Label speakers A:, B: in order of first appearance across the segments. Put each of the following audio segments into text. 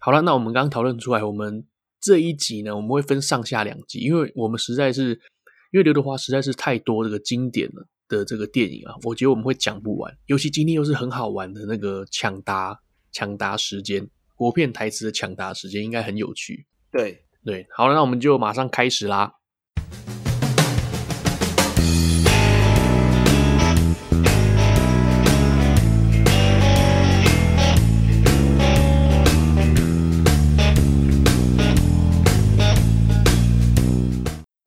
A: 好了，那我们刚刚讨论出来，我们这一集呢，我们会分上下两集，因为我们实在是，因为刘德华实在是太多这个经典了的这个电影啊，我觉得我们会讲不完。尤其今天又是很好玩的那个抢答抢答时间，国片台词的抢答时间应该很有趣。
B: 对，
A: 对，好了，那我们就马上开始啦。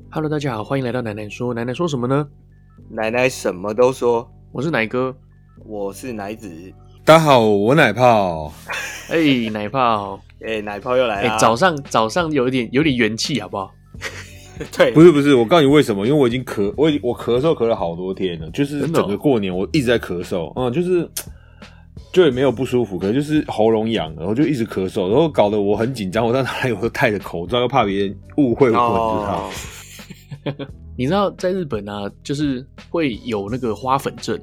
A: Hello，大家好，欢迎来到奶奶说。奶奶说什么呢？
B: 奶奶什么都说，
A: 我是奶哥。
B: 我是奶子。
C: 大家好，我奶泡。
A: 哎、奶泡，
B: 哎、奶泡又来
A: 哎、
B: 了。
A: 早上早上有一点有点元气，好不好？
B: 对，
C: 不是不是，我告诉你为什么，因为我已经咳，我已我咳嗽咳了好多天了，就是
A: 真的哦
C: 整个过年我一直在咳嗽，嗯，就是就也没有不舒服，可能就是喉咙痒，然后就一直咳嗽，然后搞得我很紧张，我到哪里我都戴着口罩，又怕别人误会我，你知道
B: 哦
C: 吗？，
A: 你知道在日本啊，就是会有那个花粉症，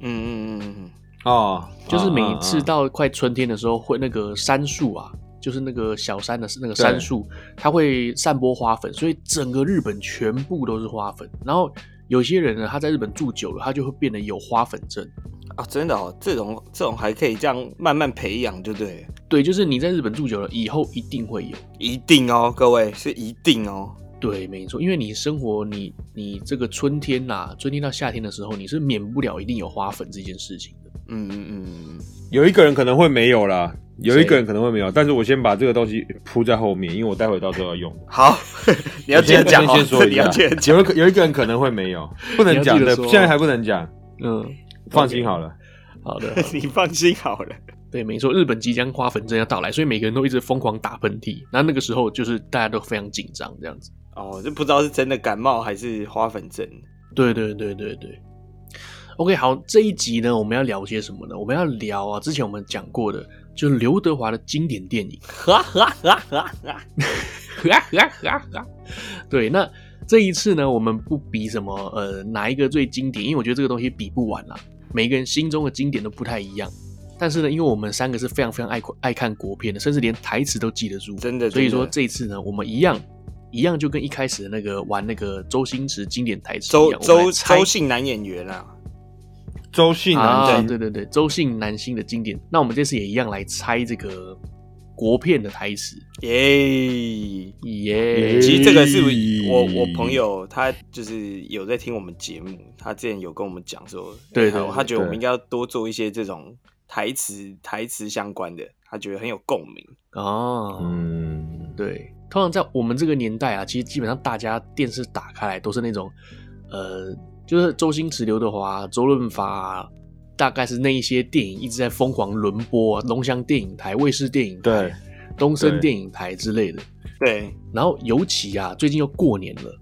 B: 嗯嗯嗯嗯
C: 哦，
A: 就是每一次
C: 啊
A: 到快春天的时候，会那个杉树啊，就是那个小山的那个
C: 对
A: 杉树，它会散播花粉，所以整个日本全部都是花粉。然后有些人呢，他在日本住久了，他就会变得有花粉症。
B: 嗯，啊，真的哦，这种这种还可以这样慢慢培养，就对了，
A: 对，就是你在日本住久了，以后一定会有。
B: 一定哦，各位是一定哦，
A: 对，没错，因为你生活，你你这个春天啦、春天到夏天的时候，你是免不了一定有花粉这件事情的。
B: 嗯嗯嗯嗯，
C: 有一个人可能会没有啦，有一
A: 谁
C: 个人可能会没有，但是我先把这个东西铺在后面，因为我待会到时候要用。
B: 好，你要接着讲哦
C: 我先，说
B: 你要
C: 一
B: 接
C: 下
B: 着，讲，
C: 有一个有一个人可能会没有，不
A: 你
C: 能
A: 要
C: 讲
A: 记得
C: 的，
A: 说哦
C: 现在还不能讲，
A: 嗯，
C: 放心好了。
A: 好的，好的
B: 你放心好了，
A: 对，没错，日本即将花粉症要到来，所以每个人都一直疯狂打喷嚏。那那个时候就是大家都非常紧张，这样子。
B: 哦，就不知道是真的感冒还是花粉症，
A: 对对对对对。OK，好，这一集呢，我们要聊些什么呢？我们要聊啊，之前我们讲过的，就是刘德华的经典电影。
B: 哈哈哈哈哈，
A: 对，那这一次呢，我们不比什么呃哪一个最经典，因为我觉得这个东西比不完啦，每个人心中的经典都不太一样。但是呢，因为我们三个是非常非常爱爱看国片的，甚至连台词都记得住，
B: 真的
A: 所以
B: 真的
A: 说这一次呢，我们一样一样就跟一开始的那个玩那个周星驰经典台词一
B: 周
A: 样，我们
B: 周
A: 来猜
B: 周姓男演员啊，
C: 周姓
A: 啊，
C: 男生，
A: 对对对，周姓男星的经典。那我们这次也一样来猜这个国片的台词，
B: 耶。
A: 耶、
B: 其实这个是
C: 咦
B: 我我朋友他就是有在听我们节目，他之前有跟我们讲说，
A: 对对
B: 他
A: 对
B: 他觉得我们
C: 对
B: 应该要多做一些这种台词台词相关的，他觉得很有共鸣。
A: 哦，
C: 嗯，
A: 对，通常在我们这个年代啊，其实基本上大家电视打开来都是那种，呃，就是周星驰、刘德华、周润发、啊大概是那一些电影一直在疯狂轮播、啊龙翔电影台、卫视电影台
C: 对、
A: 东森
C: 对
A: 电影台之类的。
B: 对，
A: 然后尤其啊，最近又过年了，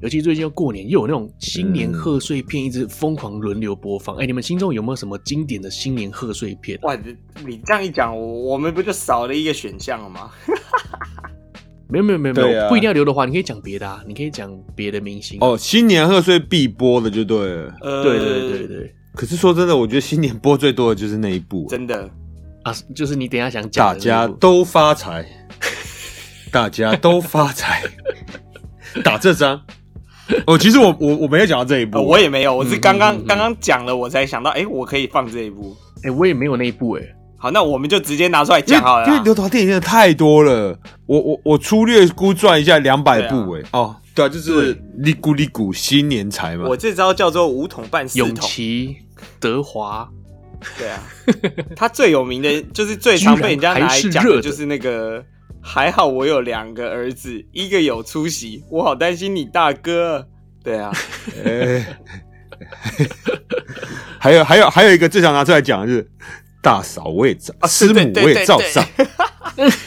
A: 尤其最近又过年，又有那种新年
C: 嗯
A: 贺岁片一直疯狂轮流播放。哎、你们心中有没有什么经典的新年贺岁片？
B: 哇，你你这样一讲，我我们不就少了一个选项了吗？
A: 没有没有没有没
C: 对
A: 有，
C: 啊
A: 不一定要刘德华，你可以讲别的啊，你可以讲别的明星。
C: 哦，新年贺岁必播的就对了。
B: 呃，
A: 对对对，对。
C: 可是说真的，我觉得新年播最多的就是那一部，
B: 真的
A: 啊，就是你等一下想讲
C: 大
A: 的
C: 家
A: 那部
C: 都发财，大家都发财，打这张。哦，其实我我我没有讲到这一
B: 呃，
C: 部，啊
B: 我也没有，我是
A: 嗯
B: 刚
A: 嗯
B: 刚
A: 嗯
B: 刚刚讲了，我才想到，哎，我可以放这一部。
A: 哎、我也没有那一部哎、
B: 好，那我们就直接拿出来
C: 因为
B: 讲好了啊
C: 因为
B: 啦。
C: 刘德华电影真的太多了，我我我粗略估算一下两百部哎、哦，对啊，就是利咕利咕新年财嘛
B: 我，这招叫做五桶半四
A: 永
B: 桶。
A: 琪、德华，
B: 对啊，他最有名的就是最常被人家拿来
A: 居然
B: 讲
A: 还是热的
B: 的，就是那个还好我有两个儿子，一个有出息，我好担心你大哥。对啊，
C: 哎 还有还有还有一个最想拿出来讲的是大嫂我也照，
B: 啊
C: 师母
B: 对对
C: 我也照
B: 对对
C: 上，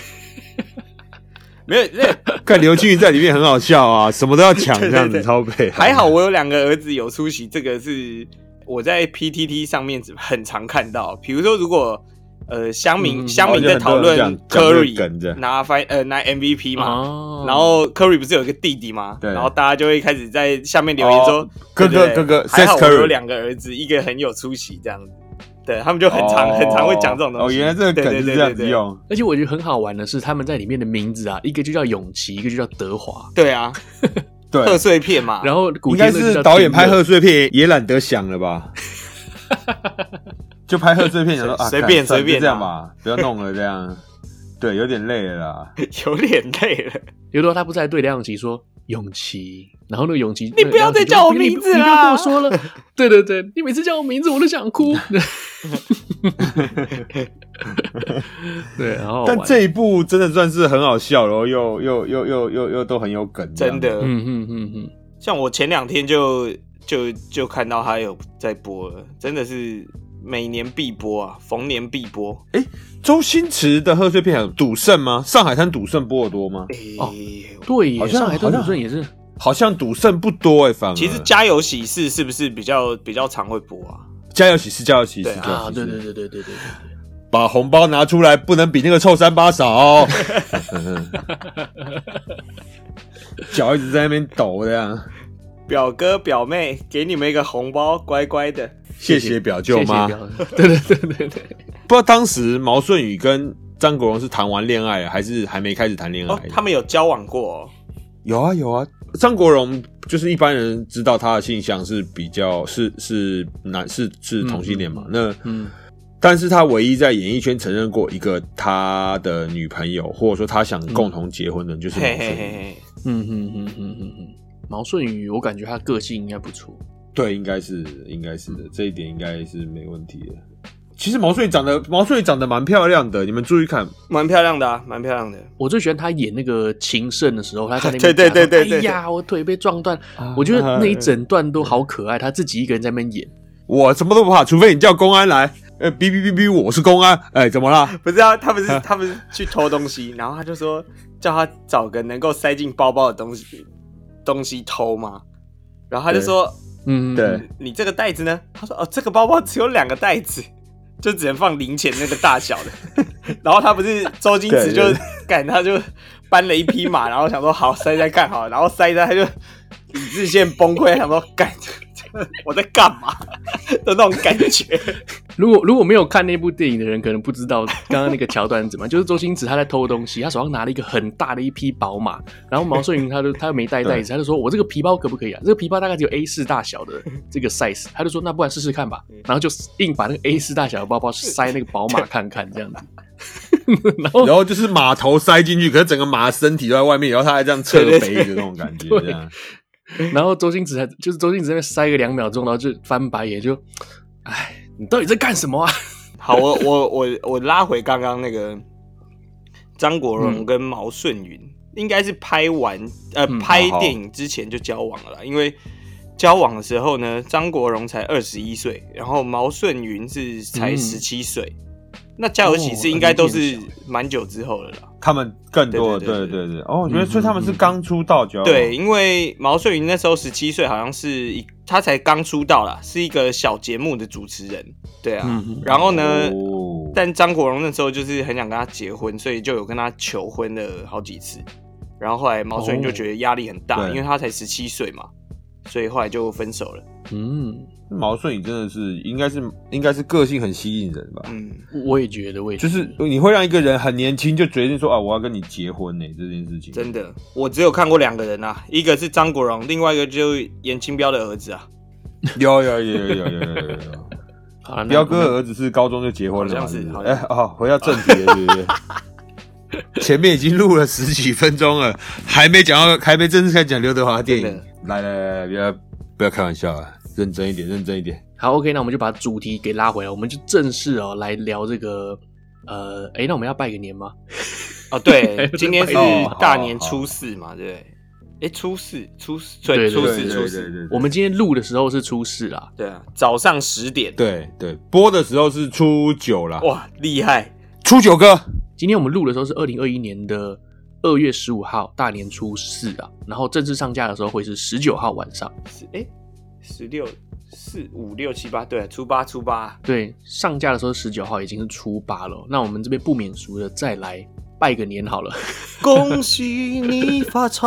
B: 没有那
C: 看刘青云在里面很好笑 啊，什么都要抢
B: 对对
C: 这样子
B: 对
C: 超配，
B: 还好我有两个儿子有出息，这个是我在 PTT 上面很常看到。比如说，如果呃乡民
A: 嗯
B: 乡民
C: 哦就
B: 在
C: 很
B: 讨
C: 多
B: 论
C: 人讲讲这个
B: Curry
C: 梗的
B: 拿 f 呃拿 MVP 嘛，
A: 哦
B: 然后 Curry 不是有一个弟弟吗？
C: 对
B: 然后大家就会开始在下面留言说：“
C: 哦哥哥
B: 对对对
C: 哥哥
B: 还好
C: says
B: 我有
C: Curry
B: 两个儿子，一个很有出息这样子。”对他们就很常、
C: 哦
B: 很常会讲这种东
C: 哦，
B: 西。
C: 原来这个
B: 对
C: 梗
B: 对
C: 是
B: 对
C: 这样
B: 对
C: 子
B: 对
C: 用。
A: 而且我觉得很好玩的是，他们在里面的名字啊，一个就叫永琪，一个就叫德华，
B: 对啊，
C: 对，
B: 贺岁片嘛，
A: 然后古
C: 啊应该
A: 天乐就叫
C: 是导演
A: 天
C: 拍
A: 乐
C: 贺岁片也懒得想了 吧？就拍贺岁片，想说啊，
B: 随便
C: 干算了
B: 随便啊
C: 就这样吧，不要 弄了这样。对，有点累了啦。
B: 有点累了。
A: 刘德华他不是还对梁咏琪说永琪，然后那个永琪，
B: 你不要再叫我名字啦
A: 你不要跟我说了，对对对，你每次叫我名字我都想哭。对，然后
C: 但这一部真的算是很好笑了哦，然后又又又又又又都很有梗，这样
B: 真。的，
A: 嗯嗯嗯嗯，
B: 像我前两天就就就看到他有在播了，真的是每年必播啊，逢年必播。
C: 周星驰的贺岁片还有赌圣吗？上海滩赌圣播的多吗？
B: 诶、
A: 哦对耶，
C: 好像
A: 上海
C: 好
A: 滩
C: 像
A: 主任也是，
C: 好像赌圣不多哎，反而
B: 其实《家有喜事》是不是比较比较常会播啊？
C: 家有喜事，家有喜事
B: 对，啊
C: 家有喜
A: 啊，
C: 事
A: 对对对对对对对，
C: 把红包拿出来，不能比那个臭三八 少。脚一直在那边抖这样，
B: 表哥表妹给你们一个红包，乖乖的。
C: 谢谢表舅
A: 谢谢
C: 妈。
A: 表舅， 对对对对对，
C: 不知道当时毛舜筠跟张国荣是谈完恋爱了，还是还没开始谈恋爱？
B: 哦，他们有交往过、哦，
C: 有啊有啊。张国荣就是一般人知道他的性向是比较是是男是是同性恋嘛，那
A: 嗯，
C: 但是他唯一在演艺圈承认过一个他的女朋友，或者说他想共同结婚的，就是毛
B: 嘿
C: 舜
B: 嘿嘿
C: 筠。
B: 嘿，
A: 嗯嗯嗯嗯嗯嗯，毛舜筠，我感觉他个性应该不错，
C: 对，应该是应该是的，这一点应该是没问题的。其实毛舜筠长得毛舜筠长得蛮漂亮的，你们注意看，
B: 蛮漂亮的啊，蛮漂亮的。
A: 我最喜欢他演那个情圣的时候，他在那 边
B: 对对
A: 讲说
B: 对对对
A: 哎
B: 啊嗯
A: 呀，我腿被撞断，我觉得那一整段都好可爱，他自己一个人在那边演，
C: 我什么都不怕，除非你叫公安来。呃，哔哔哔哔，我是公安。哎、怎 么啦？
B: 不是啊，他们是他们去偷东西，然后他就说叫他找个能够塞进包包的东西东西偷嘛，然后他就说
A: 嗯，
C: 对，
B: 你这个袋子呢？他说哦，这个包包只有两个袋子， 就只能放零钱那个大小的。 然后他不是周星驰
C: 对
B: 就
C: 对
B: 赶他就搬了一匹马，然后想说好塞塞看好了，然后塞塞他就理智线崩溃，想说干 我在干嘛的那种感觉。
A: 如果如果没有看那部电影的人，可能不知道刚刚那个桥段是怎么样，就是 周星驰他在偷东西，他手上拿了一个很大的一匹宝马，然后毛舜筠他就他又没带袋子，他就说我这个皮包可不可以啊？这个皮包大概只有 A 四大小的这个 size，他就说那不然试试看吧，
B: 嗯
A: 然后就硬把那个 A 四大小的包包塞那个宝马看看这样子，然
B: 哦
A: 后
C: 然后就是马头塞进去，可是整个马的身体都在外面，然后他还这样侧
B: 对对
C: 背
B: 对
C: 着那种感觉，
A: 对
C: 这样。
A: 然后周星驰还就是周星驰在那边塞个两秒钟，然后就翻白眼，就，哎，你到底在干什么啊？
B: 好，我我我我拉回刚刚那个张国荣
A: 嗯
B: 跟毛舜筠，应该是拍完呃、
A: 嗯
B: 拍
C: 好好
B: 电影之前就交往了啦，因为交往的时候呢，张国荣才二十一岁，然后毛舜筠是才
A: 嗯哦
B: 十七岁，那《家有喜事》应该都是蛮久之后了啦。
C: 他们更多的，
B: 对对
C: 对
B: 对
C: 对对。哦，我觉得
A: 嗯
C: 所以他们是刚出道就要
B: 对，，因为毛舜筠那时候十七岁，好像是一他才刚出道啦，是一个小节目的主持人。对啊，
A: 嗯嗯
B: 然后呢，
C: 哦
B: 但张国荣那时候就是很想跟他结婚，所以就有跟他求婚了好几次。然后后来毛舜筠就觉得压力很大，
C: 哦
B: 因
C: 对
B: 为他才十七岁嘛，所以后来就分手了。
A: 嗯，
C: 毛舜筠真的是应该是应该是个性很吸引人吧。
B: 嗯，
A: 我也觉得，我也觉
C: 就
A: 得
C: 是你会让一个人很年轻就决定说啊，我要跟你结婚呢、这件事情。
B: 真的，我只有看过两个人啊，一个是张国荣，另外一个就是严清标的儿子啊，
C: 有有有有有有有有有。
A: 好了，那
C: 彪哥的儿子是高中就结婚了嘛，
B: 好像是
C: 不
B: 好像
C: 哎
B: 是
C: 哦，回到正题了，对不对？前面已经录了十几分钟了，还没讲到，还没正式开始讲刘德华的电
B: 真的
C: 影。来来来来，不要不要开玩笑啊，认真一点，认真一点。
A: 好 OK，那我们就把主题给拉回来，我们就正式哦来聊这个，呃，哎，那我们要拜个年吗？
B: 哦， 对，今天是
C: 哦
B: 大年初四嘛，对不对？哎，初四，初四，对，
A: 对对
B: 初
A: 对
B: 四，
A: 对
B: 初四，
C: 对
A: 我们今天录的时候是初四啦，
B: 对啊，早上十点，
C: 对对播的时候是初九啦，
B: 哇，厉害，
C: 初九哥
A: 今天我们录的时候是二零二一年的二月十五号，大年初四啊，然后正式上架的时候会是十九号晚上。
B: 是哎，十六四五六七八，对啊，初八初八，
A: 对，上架的时候十九号已经是初八了哦，那我们这边不免俗的再来拜个年好了。
B: 恭 喜你发财！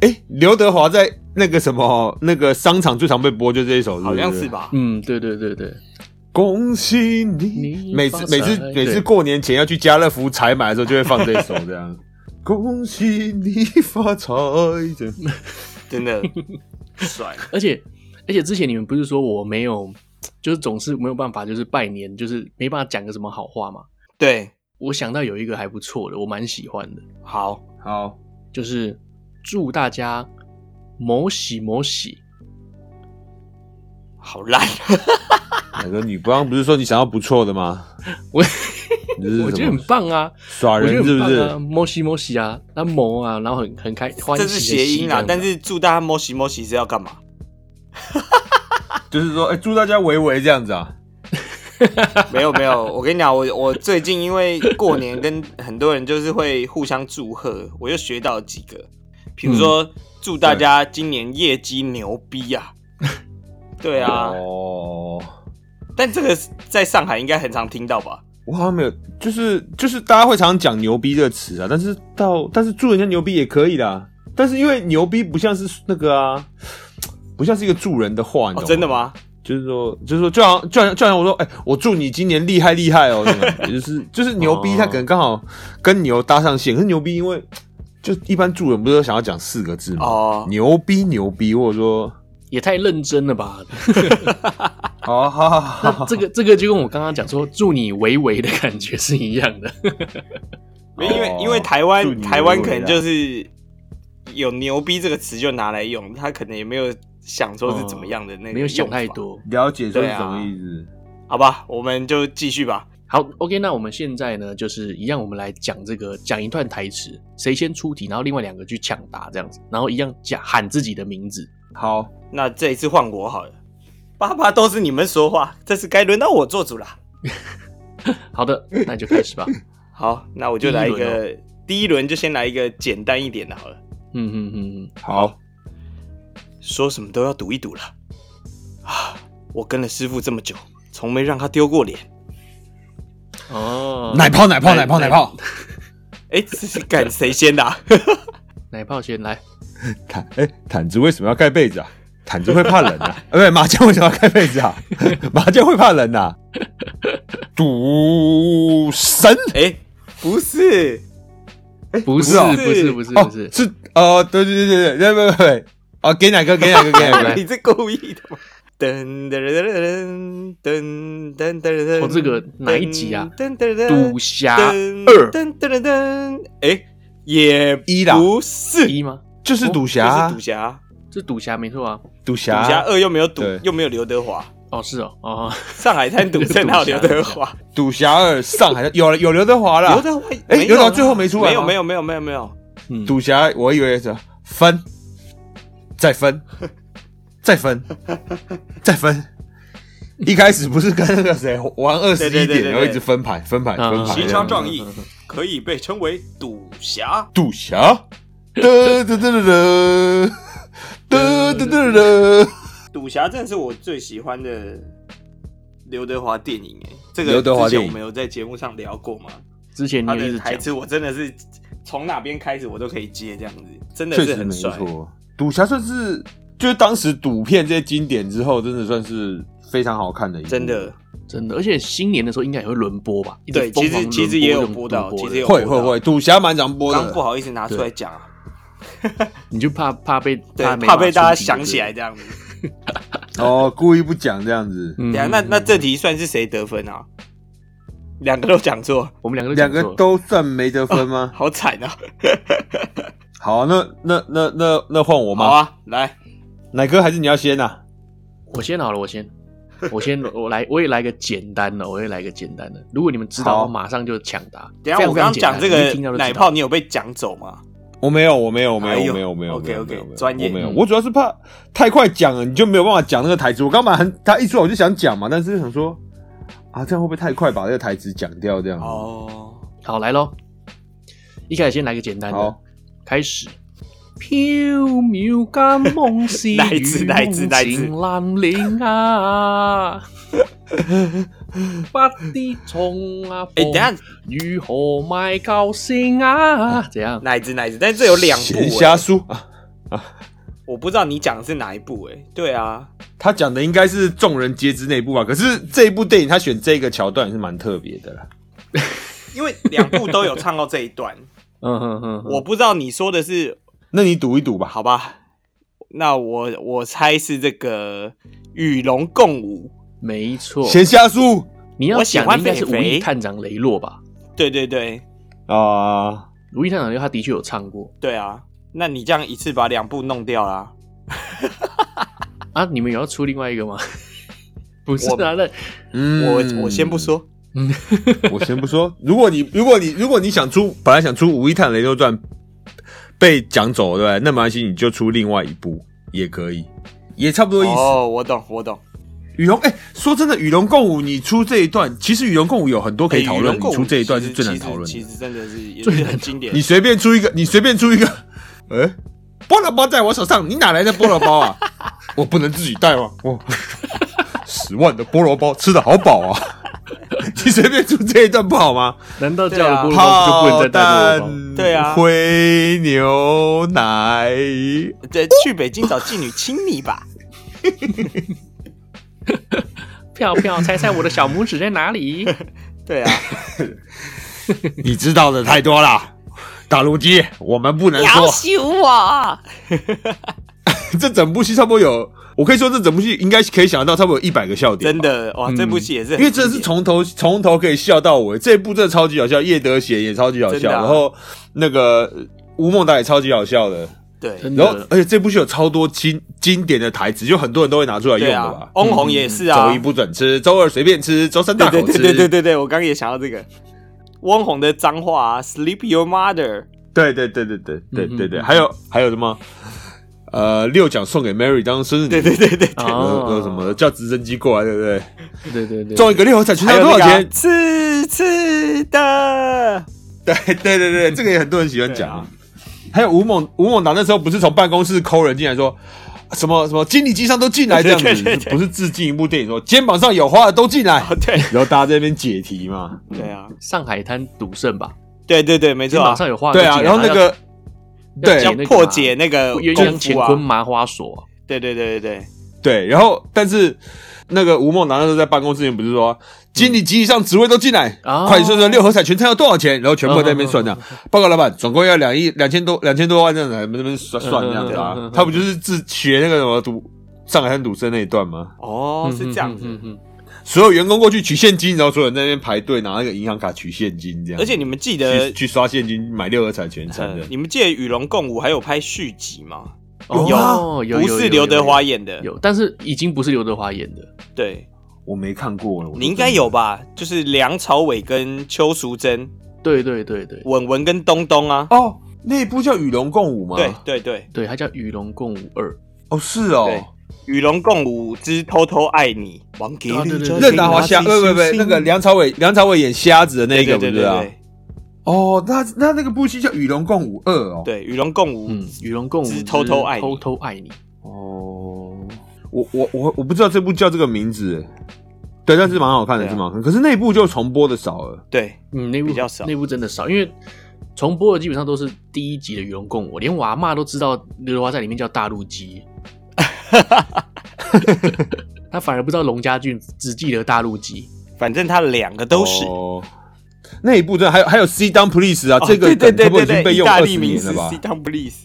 C: 哎，刘德华在那个什么那个商场最常被播就这一首，
B: 好像
C: 不
B: 是？吧？
A: 嗯，对对对对，
C: 恭喜你！
A: 你
C: 每次
A: 发财
C: 每次每次
A: 对
C: 过年前要去家乐福采买的时候，就会放这一首这样。 恭喜你发财！这样
B: 真的 帅，
A: 而且而且之前你们不是说我没有，就是总是没有办法，就是拜年，就是没办法讲个什么好话嘛。
B: 对，
A: 我想到有一个还不错的，我蛮喜欢的，
B: 好，
C: 好，
A: 就是祝大家某喜某喜。
B: 好烂，啊
C: 哪个你刚刚不是说你想要不错的吗？
A: 我
C: 你这是什么
A: 我觉得很棒啊，
C: 耍
A: 我觉
C: 人
A: 得
C: 是
A: 很
C: 不
A: 棒啊，
C: 是？
A: 某喜某喜啊，那某啊，然后很很开欢喜
B: 这
A: 的
B: 是
A: 喜
B: 谐音啊
A: 这样。子
B: 但是祝大家摸洗摸洗是要干嘛？
C: 就是说，哎，祝大家维维这样子啊。
B: 没有没有，我跟你讲，我我最近因为过年跟很多人就是会互相祝贺，我又学到几个，比如说、祝大家今年业绩牛逼啊，对啊，
C: 哦，
B: 但这个在上海应该很常听到吧？
C: 我好像没有，就是就是大家会常常讲“牛逼”这个词啊，但是到但是祝人家牛逼也可以啦。但是因为牛逼不像是那个啊，不像是一个助人的话，你懂
B: 哦，真的？吗？
C: 就是说，就是说，就好像就好像就好像我说，哎、我祝你今年厉害厉害 哦，什么就是就是牛逼，
B: 哦
C: 他可能刚好跟牛搭上线，可是牛逼因为就一般助人不是都想要讲四个字吗？
B: 哦
C: 牛逼牛逼，或者说，
A: 也太认真了吧？
C: 哦，好好好
A: 那这个这个就跟我刚刚讲说祝你维维的感觉是一样 的。
B: 没因为
C: 哦
B: 因为台
C: 祝
B: 湾
C: 你
B: 台湾
C: 有
B: 可能
C: 啦
B: 就是有“牛逼”这个词就拿来用，他可能也没有想说是怎么样的那个、
A: 哦没有想太，多。
C: 了解
B: 说是什么意
C: 思。
B: 好吧，我们就继续吧。
A: 好，OK，那我们现在呢，就是一样，我们来讲这个讲一段台词，谁先出题，然后另外两个去抢答这样子，然后一样讲喊自己的名字。
C: 好，
B: 那这一次换我好了，爸爸都是你们说话，这次该轮到我做主啦。
A: 好的，那就开始 吧。
B: 好，那我就来一
A: 第一哦
B: 个第一轮就先来一个简单一点的好了，
A: 嗯嗯嗯嗯，
C: 好，
B: 说什么都要赌一赌了。啊，我跟了师傅这么久，从没让他丢过脸。
A: 哦，
C: 奶泡奶泡
A: 奶
C: 奶泡奶泡，
B: 哎，这是干谁先 的、啊？
A: 奶泡先来，
C: 毯哎、毯子为什么要盖被子啊？毯子会怕冷啊？ 哎、对，麻将为什么要盖被子啊？ 麻将会怕冷啊？赌神
B: 哎，不是，
A: 不是
C: 哎不
A: 不
B: 是
A: 是不是
C: 哦
A: 不是，
C: 是哦，对对对对对对对对，哦，给哪个给哪个 给哪
B: 你
C: 个？
B: 这故意的吗？噔噔噔噔噔噔噔
A: 哦这个哪一集啊？
B: 噔噔噔
A: 赌侠
B: 噔
A: 二
B: 噔噔噔噔，哎，也
C: 一啦
B: 不是，
A: 一吗？
C: 就是赌侠
B: 不
C: 啊
B: 是赌，侠，
A: 是赌侠没错啊。
C: 赌
B: 赌
C: 侠，
B: 侠二又没有赌
C: 对，
B: 又没有刘德华，
A: 哦是哦哦，
B: 上海滩赌圣哪有刘德华？
C: 赌侠二，上海的有了有刘德华
B: 刘
C: 了，
B: 德华
C: 哎
B: 没有啊
C: 刘德华最后没出来吗
B: 没有没有没有没有没有，
A: 嗯，
C: 赌侠我以为是分，再 分，再分，再分。一开始不是跟那个谁玩二
B: 对
C: 十
B: 对
C: 一
B: 对对
C: 点，
B: 对啊
C: 然后一直分牌分牌
A: 嗯
C: 分牌，
A: 行
B: 行
A: 销
B: 侠
A: 状
B: 仗义可以被称为赌侠。
C: 赌侠，得得得得得得得得，
B: 赌侠真的是我最喜欢的刘德华电影哎，这个
C: 刘德华
B: 之前
C: 电
B: 我
C: 影
B: 们有在节目上聊过嘛？
A: 之前你
B: 他
A: 也一
B: 的
A: 直
B: 台
A: 讲，
B: 词我真的是从哪边开始我都可以接这样子，真的
C: 确
B: 是
C: 实
B: 很
C: 没
B: 帅。
C: 错。赌侠算是就是当时赌片这些经典之后，真的算是非常好看的一部，
B: 真的，
A: 真的，而且新年的时候应该也会轮播吧？一直
B: 对其实
A: 疯狂
B: 其实
A: 轮
B: 也
A: 播
B: 有
A: 这种
B: 播到
A: 赌博
B: 其实
A: 的
B: 有
C: 会会会，赌侠蛮常播
B: 刚
C: 的
B: 不。好意思拿出来讲啊，
A: 你就怕怕被
B: 对，
A: 没
B: 怕被
A: 法
B: 大家
A: 出题就
B: 想起
A: 对
B: 来
A: 了。
B: 这样子。
C: 哦，故意不讲这样子，
A: 嗯
B: 对啊，那那这题算是谁得分啊？两个都讲错，
A: 我们两个
C: 两
A: 讲
C: 个
A: 错了
C: 都算没得分吗？
B: 好惨啊！
C: 好，那那那那那换我
B: 好
C: 吗？
B: 啊，来，
C: 奶哥还是你要先啊？
A: 我先好了，我先，我先，我来，我也来个简单的，我也来个简单的。如果你们知道，
C: 好
A: 我马上就抢答。非
B: 等一下
A: 常
B: 我刚刚
A: 非常
B: 讲这
A: 简单你一听到就
B: 个奶
A: 知道
B: 泡，你有被讲走吗？
C: 我没有，我没有，我没
B: 哎
C: 有，
B: 呦
C: 我没有，我没
B: OK，OK，
C: 有。我没有我没有
B: 专业
C: 我没有，
A: 嗯
C: 我主要是怕太快讲了，你就没有办法讲那个台词。我刚本来很他一出来我就想讲嘛，但是想说啊，这样会不会太快把这个台词讲掉？
A: 嗯
C: 这样。
B: 哦，
A: 好来喽。一开始先来个简单的
C: 好，
A: 开始。飘渺间梦是
B: 哪一支
A: 如
B: 哪一支哪一支
A: 情难领啊！ 不知从啊，
B: 哎，等一下
A: 如何卖高兴啊？怎样？
B: 哪一只哪一只？但是这有两部
C: 闲，瞎
B: 哎
C: 书啊，
B: 我不知道你讲的是哪一部哎、对啊，
C: 他讲的应该是众人皆知那一部吧，可是这一部电影他选这个桥段也是蛮特别的啦。
B: 因为两部都有唱到这一段，
A: 嗯哼哼，
B: 我不知道你说的是
C: 那你赌一赌吧，
B: 好吧？那我我猜是这个与龙共舞，
A: 没错。
C: 闲瞎书
A: 你要
B: 我喜
A: 讲
B: 欢
A: 的应该是
B: 肥
A: 《无
B: 肥
A: 意探长雷洛》吧？
B: 对对对
C: 啊，
A: 《无意探长雷洛》他的确有唱过
B: 对啊，那你这样一次把两部弄掉啦？
A: 啊。你们有要出另外一个吗？ 不是啊，那
C: 嗯
B: 我我先不，说，
C: 我先不说。如果你如果你如果你想出本来想出《武义探雷诺传》被讲走了，对不对？那没关系，你就出另外一部也可以，也差不多意思。
B: 哦，我懂我懂，
C: 与龙，哎、说真的，与龙共舞，你出这一段，其实与龙共舞有很多可以
B: 哎
C: 讨
B: 与
C: 论，
B: 龙
C: 你
B: 共
C: 出
B: 舞
C: 这一段是
B: 其实
C: 最难
B: 其实
C: 讨论
B: 其
C: 的。
B: 实真的是也
A: 最
B: 是
A: 难
B: 很经典
C: 你。随便出一个，你随便出一个， 哎、菠萝包在我手上，你哪来的菠萝包啊？ 我不能自己带吗？我十万的菠萝包吃的好饱啊！ 你随便出这一段不好吗？
A: 难道叫
B: 对
A: 了
B: 啊
A: 菠萝包就不能
C: 炮
A: 再带菠萝包？
C: 弹，
B: 对啊
C: 灰牛奶，
B: 这去北京找妓女亲你吧，
A: 票票，猜猜我的小拇指在哪 里？
B: 对啊，
C: 你知道的太 多了。打卤鸡，我们不能说。
B: 羞我。
C: 这整部戏差不多有，我可以说这整部戏应该可以想得到差不多有一百个笑点
B: 真，的哇，
A: 嗯
B: 这部戏也是很
C: 因为真的是
B: 经典
C: 从头从头可以笑到尾。这一部真的超级好笑，叶德娴也超级好
B: 真
C: 笑，
B: 的啊
C: 然后那个呃吴孟达也超级好笑的，
B: 对
A: 真
C: 然后
A: 的，
C: 而且这部戏有超多经经典的台词，就很多人都会拿出来用
B: 对
C: 的
B: 啊
C: 吧，。
B: 翁虹也是啊，
C: 周一不准吃，周二随便吃，周三大
B: 对对
C: 口
B: 对
C: 吃。
B: 对对对对，我刚刚也想到这个翁虹的脏话啊，sleep your mother，
C: 对对对对对对对对，
A: 嗯嗯嗯
C: 还有还有什么？呃，六奖送给 Mary 当生日礼
B: 对哦
C: 物，
B: 对对对，
C: 还有还有什么叫直升机过来，对不对？
A: 哦对对对，
C: 中一个六合彩全
B: 还
C: 奖
B: 有
C: 多
B: 那
C: 少
B: 个啊
C: 钱？
B: 刺刺的，
C: 对对对 对，这个也很多人喜欢讲
B: 对
C: 啊。还有吴猛吴猛达那时候不是从办公室抠人进来说什么什么经理机上都进来这样
B: 对对对
C: 子，
B: 对
C: 不是致敬一部电影说肩膀上有花的都进 来，
B: 哦对
C: 然后大家在那边解题嘛。
B: 对啊，
A: 上海滩赌圣吧，
B: 对对对，没错
A: 马
B: 啊，
A: 上有画
C: 对啊，然后那个
A: 要
B: 要
C: 对
A: 解那个
B: 破
A: 嘛
B: 解那个
A: 鸳
B: 功
A: 鸯乾
B: 夫啊
A: 坤，麻花锁啊，
B: 对对对对对，
C: 对，然后但是那个吴孟达那时候在办公室里面不是说经理级以上职位都进来，
A: 哦
C: 快点算算六合彩全餐要多少钱，然后全部在那边
B: 嗯
C: 算这样。报告老板，总共要两亿两千多两千多万这样子，在那边算算这样子
A: 嗯嗯嗯
C: 啊
A: 嗯。
C: 他不就是自学那个什么赌上海滩赌圣那一段吗？
B: 哦，是这样子。
A: 嗯嗯嗯嗯
C: 所有员工过去取现金，然后所有人在那边排队拿那个银行卡取现金，这样。
B: 而且你们记得
C: 去，去刷现金买六合彩全餐
B: 呃
C: 的，
B: 你们记得《与龙共舞》还有拍续集吗？
A: 哦
B: 有
A: 有有
B: 不是刘德华演的，
A: 有，但是已经不是刘德华演的，
B: 对，
C: 我没看过了。我
B: 你应该有吧？就是梁朝伟跟邱淑贞、
A: 对对对对
B: 文文跟东东啊。
C: 哦，那一部叫《与龙共舞》吗？
B: 对，对对，
A: 对，他叫《与龙共舞二》，
C: 哦是哦。
B: 对与龙共舞之偷偷爱你，王给
A: 啊对
B: 力
A: 对
B: 就
A: 对
C: 任达华瞎，
B: 请拿
C: 不
B: 起
C: 不不
B: 星，星
C: 那个梁朝伟，梁朝伟演瞎子的那
B: 对
C: 一个，不
B: 对
C: 是
B: 对
C: 啊？
B: 对
C: 哦，那那那个部戏叫《与龙共舞二》哦。
B: 对，与龙共舞，
A: 嗯，《与龙共舞
B: 之
A: 之
B: 偷偷爱你
A: 偷偷爱你》，
C: 哦，我我我我不知道这部叫这个名字，对，但是蛮好看的，
B: 对啊
C: 是蛮好看。可是那部就重播的少了。
B: 对
A: 嗯，那部
B: 比较少
A: 那部真的少，因为重播的基本上都是第一集的《与龙共舞》，连我阿嬷都知道刘德华在里面叫大陆 鸡，他反而不知道龙家俊，只记得大陆鸡。
B: 反正他两个都是。
C: 哦那一部真的还有还有 C down please 啊，
B: 哦
C: 这个
B: 对对
C: 梗
B: 对
C: 差不
B: 对
C: 多已经
B: 对，
C: 被
B: 意
C: 用
B: 大
C: 二
B: 利
C: 十
B: 名
C: 年
B: 师
C: 了吧
B: C？当 please，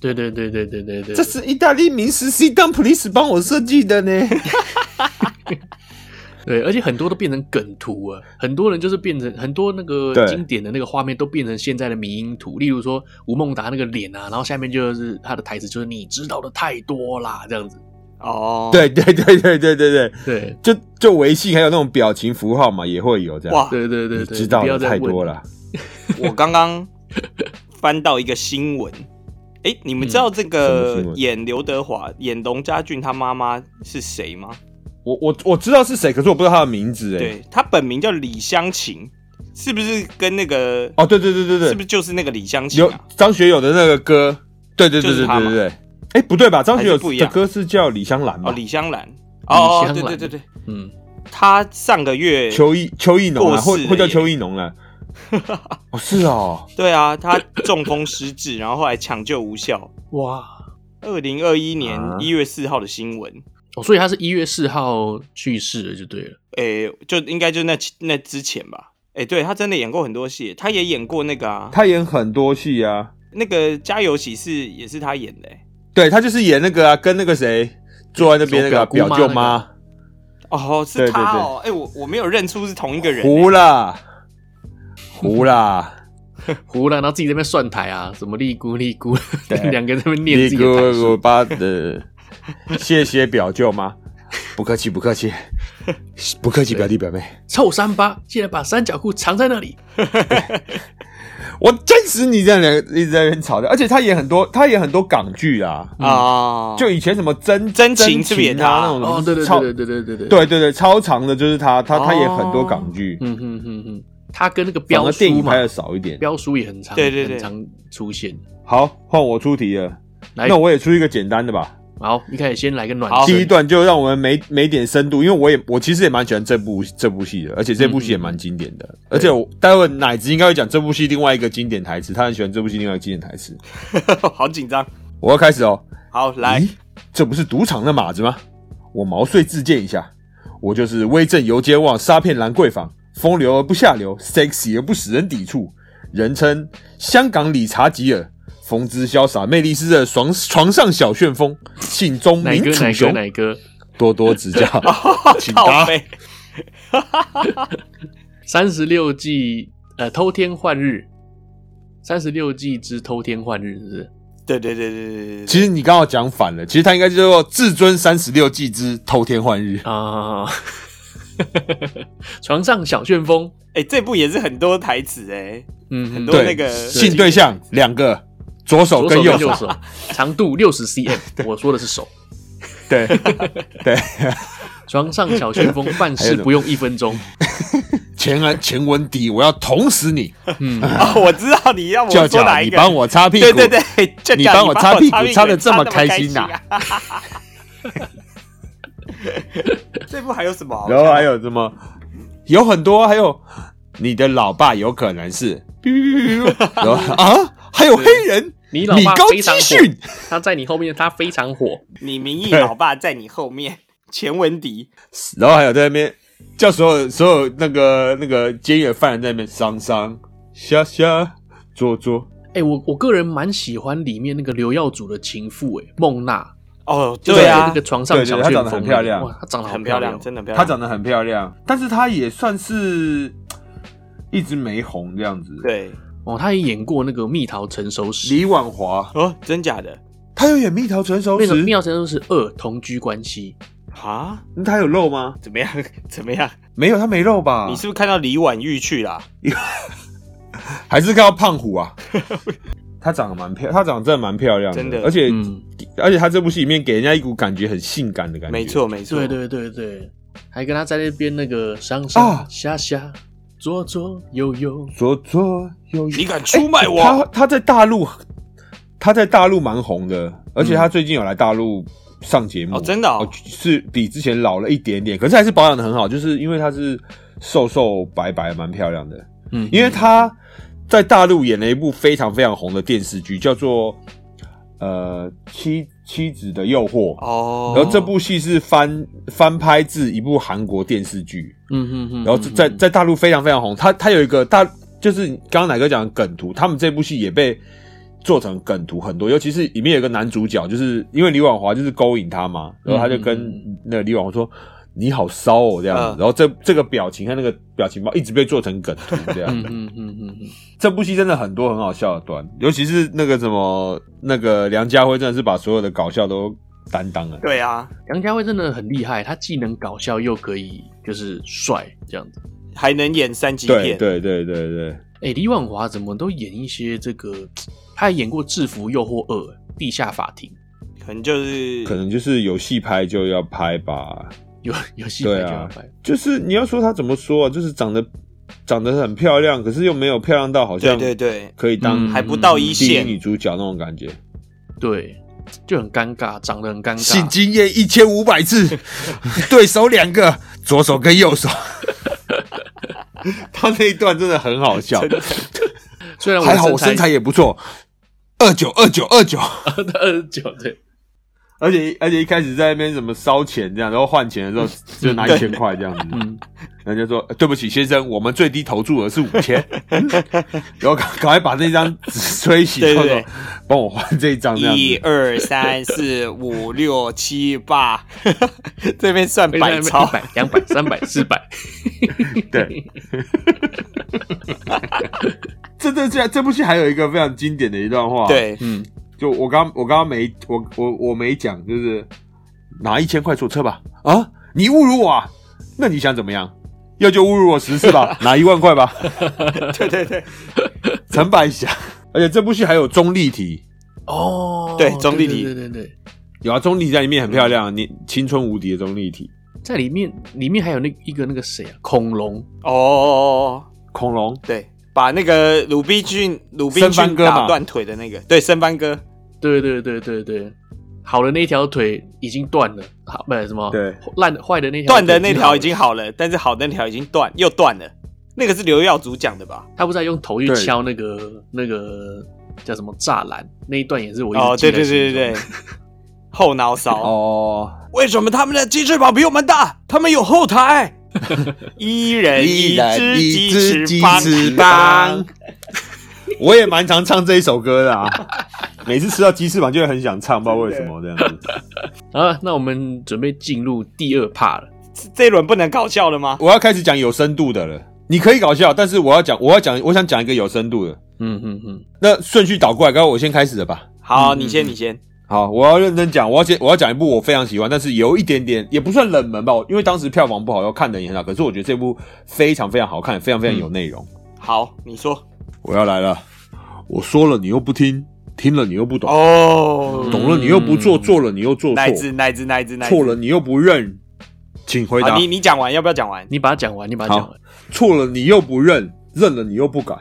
A: 对对对对对对对，
C: 这是意大利名师 C down please 帮我设计的呢。
A: 对，而且很多都变成梗图啊，很多人就是变成很多那个
C: 对
A: 经典的那个画面都变成现在的迷因图，例如说吴孟达那个脸啊，然后下面就是他的台词就是你知道的太多啦这样子，
B: 哦，，
C: 对对对对对对对，
A: 对
C: 就就微信还有那种表情符号嘛，也会有这样。
B: 哇，
A: 对对对
C: 你
A: 对，
C: 知道
A: 不
C: 的
A: 要再
C: 太
A: 问
C: 多，了。
B: 我刚刚翻到一个新闻，哎，你们知道这
C: 嗯什么
B: 个
C: 新闻
B: 演刘德华、演龙家俊他妈妈是谁吗？
C: 我我我知道是谁，可是我不知道他的名字哎。
B: 对，他本名叫李湘琴，是不是跟那个？
C: 哦，对对对对
B: 是不
C: 对，
B: 是就是那个李湘琴
C: 有
B: 啊？
C: 张学友的那个歌，对对
B: 就
C: 对
B: 是
C: 对
B: 他
C: 对
B: 嘛
C: 对对。哎，不对吧？张学
B: 还
C: 友
B: 是不一样
C: 的歌是叫李香兰
B: 哦，
C: 吧？
B: 李香兰。哦，
A: 李
B: 对
A: 香
B: 对
A: 兰
B: 对对，
A: 嗯，
B: 他上个月，
C: 邱意邱意农啊，
B: 过世
C: 会
B: 了
C: 会叫
B: 耶
C: 邱意 农了。哦，是哦。
B: 对啊，他中风失智，然后后来抢救无效，
A: 哇，
B: 二零二一年
C: 啊
B: 一月四号的新闻，
A: 哦，所以他是一月四号去世的，就对了。
B: 诶、就应该就那那之前吧。诶、对他真的演过很多戏，他也演过那个啊，
C: 他演很多戏啊，
B: 那个《家有喜事》也是他演的、欸。
C: 对他就是演那个啊，跟那个谁坐在那边那个啊
A: 什么
C: 表
A: 表
C: 舅
A: 姑
C: 妈
A: 妈
B: 哦，是
C: 对对
B: 他哦，诶、我我没有认出是同一个人、欸。
C: 糊啦，糊啦，
A: 胡乱，然后自己在那边算台啊，什么利姑利姑
C: 对，
A: 两个人在那边念
C: 你
A: 自己的台
C: 个
A: 数
C: 我巴的，谢谢表舅妈，不客气不 客气，不客气表弟表妹，
A: 臭三八竟然把三角裤藏在那里，
C: 我真死你这样两个一直在那边吵的，而且他演很多他演很多港剧啊，
B: 啊、
C: 就以前什么真
B: 真情是不是也
C: 真情啊
B: 他
C: 那种什么
A: 哦，对对
C: 超
A: 对对对对对，
C: 对对对，超长的就是他，他他
B: 哦
C: 也很多港剧，
A: 嗯哼哼哼，他跟那个
C: 反
A: 彪
C: 而电
A: 叔
C: 影
A: 嘛
C: 拍，的少一点。
A: 彪叔也很常
B: 对对对
A: 很常出现。
C: 好，换我出题了，
A: 来
C: 那我也出一个简单的吧。
A: 好，一开始先来个暖
B: 好
C: 第一
A: 身，
C: 段就让我们没没点深度，因为我也我其实也蛮喜欢这部这部戏的，而且这部戏也蛮经典的。
A: 嗯
C: 而且我待会奶子应该会讲这部戏另外一个经典台词，他很喜欢这部戏另外一个经典台词。
B: 好紧张。
C: 我要开始哦，
B: 好，来，
C: 咦，这不是赌场的马子吗？我毛遂自荐一下，我就是威震游街望，杀遍兰桂坊，风流而不下流，sexy 而不使人抵触，人称香港理查吉尔，风姿潇洒，魅力四射，床床上小旋风，姓钟
A: 奶
C: 名
A: 哥
C: 楚
A: 奶哥
C: 雄，
A: 奶哥，
C: 多多指教，请
B: 靠
C: 答。
B: 背
A: 三十六计呃偷天换日，三十六计之偷天换日是不是？
B: 对对对对对对对，
C: 其实你刚好讲反了，其实他应该叫做至尊三十六计之偷天换日。
A: 啊， 床上小旋风，
B: 哎、这部也是很多台词哎、
A: 嗯哼，
B: 很多
C: 对，
B: 那个
C: 性对象两个，左手
A: 左
C: 跟
A: 手
C: 右
A: 跟
C: 手
A: 右，手，长度六十 cm，我说的是手。
C: 对对。
A: 床上小旋 风办
C: 还
A: 事
C: 有什么
A: 不用一分钟，
C: 前文前文迪，我要捅死你！
A: 嗯，
B: 哦，我知道你要我
C: 叫
B: 说
C: 叫
B: 哪一
C: 你
B: 个，
C: 帮我擦屁股，
B: 对对对，叫叫
C: 你
B: 你
C: 帮
B: 帮
C: 我
B: 我
C: 擦屁股擦
B: 擦
C: 得
B: 的
C: 这么开心呐
B: 呐、 这部还有什么好看？
C: 然后还有什么？有很多，还有你的老爸有可能是，然后 啊，还有黑人，
A: 你老
C: 米
A: 爸
C: 高
A: 非
C: 基
A: 常火，
C: 逊，
A: 他在你后面，他非常火，
B: 你名义老爸在你后面，钱文迪，
C: 然后还有在那边叫所有所有那个那个监狱的犯人在那边桑桑虾虾做做，
A: 哎、我我个人蛮喜欢里面那个刘耀祖的情妇、哎，孟娜，
B: 哦，
A: 就是
B: 对啊
A: 那个，床上小
C: 对对她
A: 旋
C: 长
A: 风那
C: 得很
A: 个，
C: 漂亮
A: 哇，她长得好
B: 很漂亮，
A: 哦
B: 真的很漂亮。
C: 她长得很漂亮，但是她也算是一直没红这样子。，
B: 对
A: 哦，她也演过那个《蜜桃成熟时》，
C: 李婉华，
B: 哦，真假的
C: 她有演《蜜桃成熟
A: 那
C: 时
A: 个《蜜》桃成熟时二》同居关系，
B: 啊？
C: 嗯，她有肉吗？
B: 怎么样？ 怎么样？
C: 没有，他没肉吧？
B: 你是不是看到李婉玉去啊啦？
C: 还是看到胖 虎啊？她长得蛮漂，她长得真的蛮漂亮
B: 真的
C: 而且、
A: 嗯，
C: 而且她这部戏里面给人家一股感觉很性感的感觉。
B: 没，错没错，
A: 对对对对，还跟他在那边那个上上
C: 啊
A: 下下、左左右右，
C: 左左右右
B: 你。敢出卖我？
C: 她她在大陆，她在大陆蛮红的，而且她最近有来大陆上节目，
B: 哦真的哦
C: 是比之前老了一点点，可是还是保养的很好，就是因为她是瘦瘦白白，蛮漂亮的。
A: 嗯，
C: 因为他在大陆演了一部非常非常红的电视剧，叫做呃《妻妻子的诱惑》。
B: 哦，
C: 然后这部戏是翻翻拍自一部韩国电视剧，
A: 嗯哼哼，
C: 然后在在大陆非常非常红。他他有一个大，就是刚刚奶哥讲的梗图，他们这部戏也被做成梗图很多，尤其是里面有一个男主角，就是因为李婉华就是勾引他嘛，然后他就
A: 嗯
C: 跟那个李婉华说。你好骚哦，这样
B: 嗯
C: 子，然后这这个表情和那个表情包一直被做成梗图这样子
A: 嗯，嗯嗯嗯嗯，
C: 这部戏真的很多很好笑的段，尤其是那个什么那个梁家辉，真的是把所有的搞笑都担当了。
B: 对啊，
A: 梁家辉真的很厉害，他既能搞笑又可以就是帅这样子。
B: 还能演三级
C: 对
B: 片，
C: 对对对对，
A: 哎、李婉华怎么都演一些这个，他还演过《制服诱惑二》《地下法庭》，
B: 可能就是
C: 可能就是有戏拍就要拍吧。
A: 有有戏拍
C: 对
A: 就
C: 啊
A: 要拍，
C: 就是你要说她怎么说啊，就是长得长得很漂亮，可是又没有漂亮到好
B: 对
C: 像
B: 对对，
C: 可以
A: 嗯
C: 当
B: 还不到一
C: 第一
B: 线
C: 女主角那种感觉。
A: 对，就很尴尬，长得很尴尬。
C: 性经验一千五百次， 对手两个，左手跟右手。 他那一段真的很好笑，
A: 虽然
C: 还好我身材也不错，二九二九二九。
A: 二十九，对，
C: 而且而且一开始在那边什么烧钱这样，然后换
B: 嗯
C: 钱的时候就拿一千块这样子，
A: 嗯，
C: 人家说、呃对不起先生，我们最低投注额是五千， 嗯然后赶赶快把这张纸吹洗，
B: 对对
C: 然后
B: 对
C: 说帮我换这一张这样
B: 一
C: 子，
B: 二三四五六七八， 这边算百
A: 一
B: 超，
A: 百、两百、三百、四 百，
C: 对。 这这这这部戏还有一个非常经典的一段话，，
B: 对，
A: 嗯，
C: 就我刚我刚刚没我我我没讲，就是拿一千块坐车吧。啊，你侮辱我、啊，那你想怎么样？要就侮辱我十 次吧，拿一万块吧。
B: 对对对，
C: 陈百祥，而且这部戏还有钟丽缇，
A: 哦，
B: 对中立体
A: 对对对对，
C: 有啊，钟丽缇在里面很漂亮，你青春无敌的钟丽缇。
A: 在里面里面还有那一个那个谁啊，恐龙，
B: 哦，
C: 恐龙，
B: 对，把那个鲁滨逊鲁滨
C: 森
B: 逊
C: 班哥
B: 打
C: 嘛
B: 断腿的那个，对，森班哥，
A: 对对对对对，好的那条腿已经断了，好不是什么
C: 对
A: 烂坏的那条
B: 断
A: 腿
B: 的那条已
A: 好
B: 经好了，但是好的那条已经断又断了，那个是刘耀祖讲的吧？
A: 了，他不是在用头去
C: 对
A: 敲那个那个叫什么栅栏那一段也是我一直
B: 哦，对
A: 记在
B: 对对
A: 心中
B: 对对，后脑勺，
C: 哦，
B: 为什么他们的鸡翅膀比我们大？他们有后 台。一人
C: 一
B: 只
C: 人一只
B: 鸡
C: 鸡
B: 膀，
C: 翅膀，我也蛮常唱这一首歌的啊。每次吃到鸡翅膀就会很想唱，不知道为什么这样子。
A: 好了，那我们准备进入第二 part 了。
B: 这一轮不能搞笑了吗？
C: 我要开始讲有深度的了。你可以搞笑，但是我要讲，我要讲，我想讲一个有深度的。
A: 嗯嗯嗯，
C: 那顺序倒过来，刚刚我先开始的吧。
B: 好，
A: 嗯
B: 你先，你先。
C: 好，我要认真讲，我要先我要讲一部我非常喜欢，但是有一点点也不算冷门吧，因为当时票房不好，要看的也很少。可是我觉得这部非常非常好看，非常非常有内容。
B: 好，你说。
C: 我要来了，我说了你又不听，听了你又不懂，
B: 哦
A: 懂
C: 懂了你又不做，
A: 嗯
C: 做了你又做
B: 乃至
C: 错，
B: 乃至乃至乃至
C: 错了你又不认，请回
B: 好，
C: 答
B: 啊你。你讲完，要不要讲完？
A: 你把它讲完，你把它讲完。
C: 错了你又不认，认了你又不改，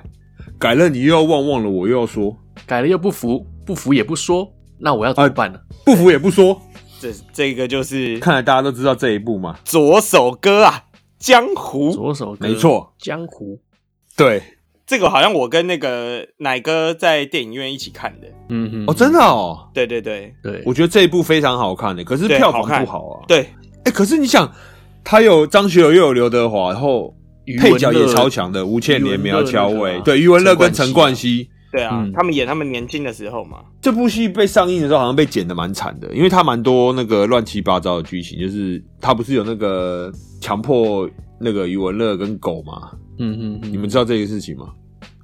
C: 改了你又要忘，忘了我又要说，
A: 改了又不服，不服也不说，那我要怎么办呢？
C: 不服也不说。
B: 这这个就是
C: 看来大家都知道这一部嘛。
B: 左手歌啊，江湖。
A: 左手歌
C: 没错，
A: 江湖。
C: 对，
B: 这个好像我跟那个奶哥在电影院一起看的。
A: 嗯嗯，
C: 哦，真的哦，
B: 对对对
A: 对
C: 我，觉得这一部非常好看的，欸可是
B: 对
C: 票
B: 好看
C: 房不好啊。
B: 对，
C: 哎、可是你想，他有张学友，又有刘德华，然后
A: 余文乐
C: 配角也超强的，吴倩莲、苗侨
A: 那个
C: 伟，
A: 啊
C: 对，余文乐跟陈
A: 陈
C: 冠
A: 冠
C: 希。
B: 对啊，
A: 嗯
B: 他们演他们年轻的时候嘛。
C: 这部戏被上映的时候好像被剪的蛮惨的，因为它蛮多那个乱七八糟的剧情，就是他不是有那个强迫那个余文乐跟狗吗？
A: 嗯嗯嗯，
C: 你们知道这个事情吗？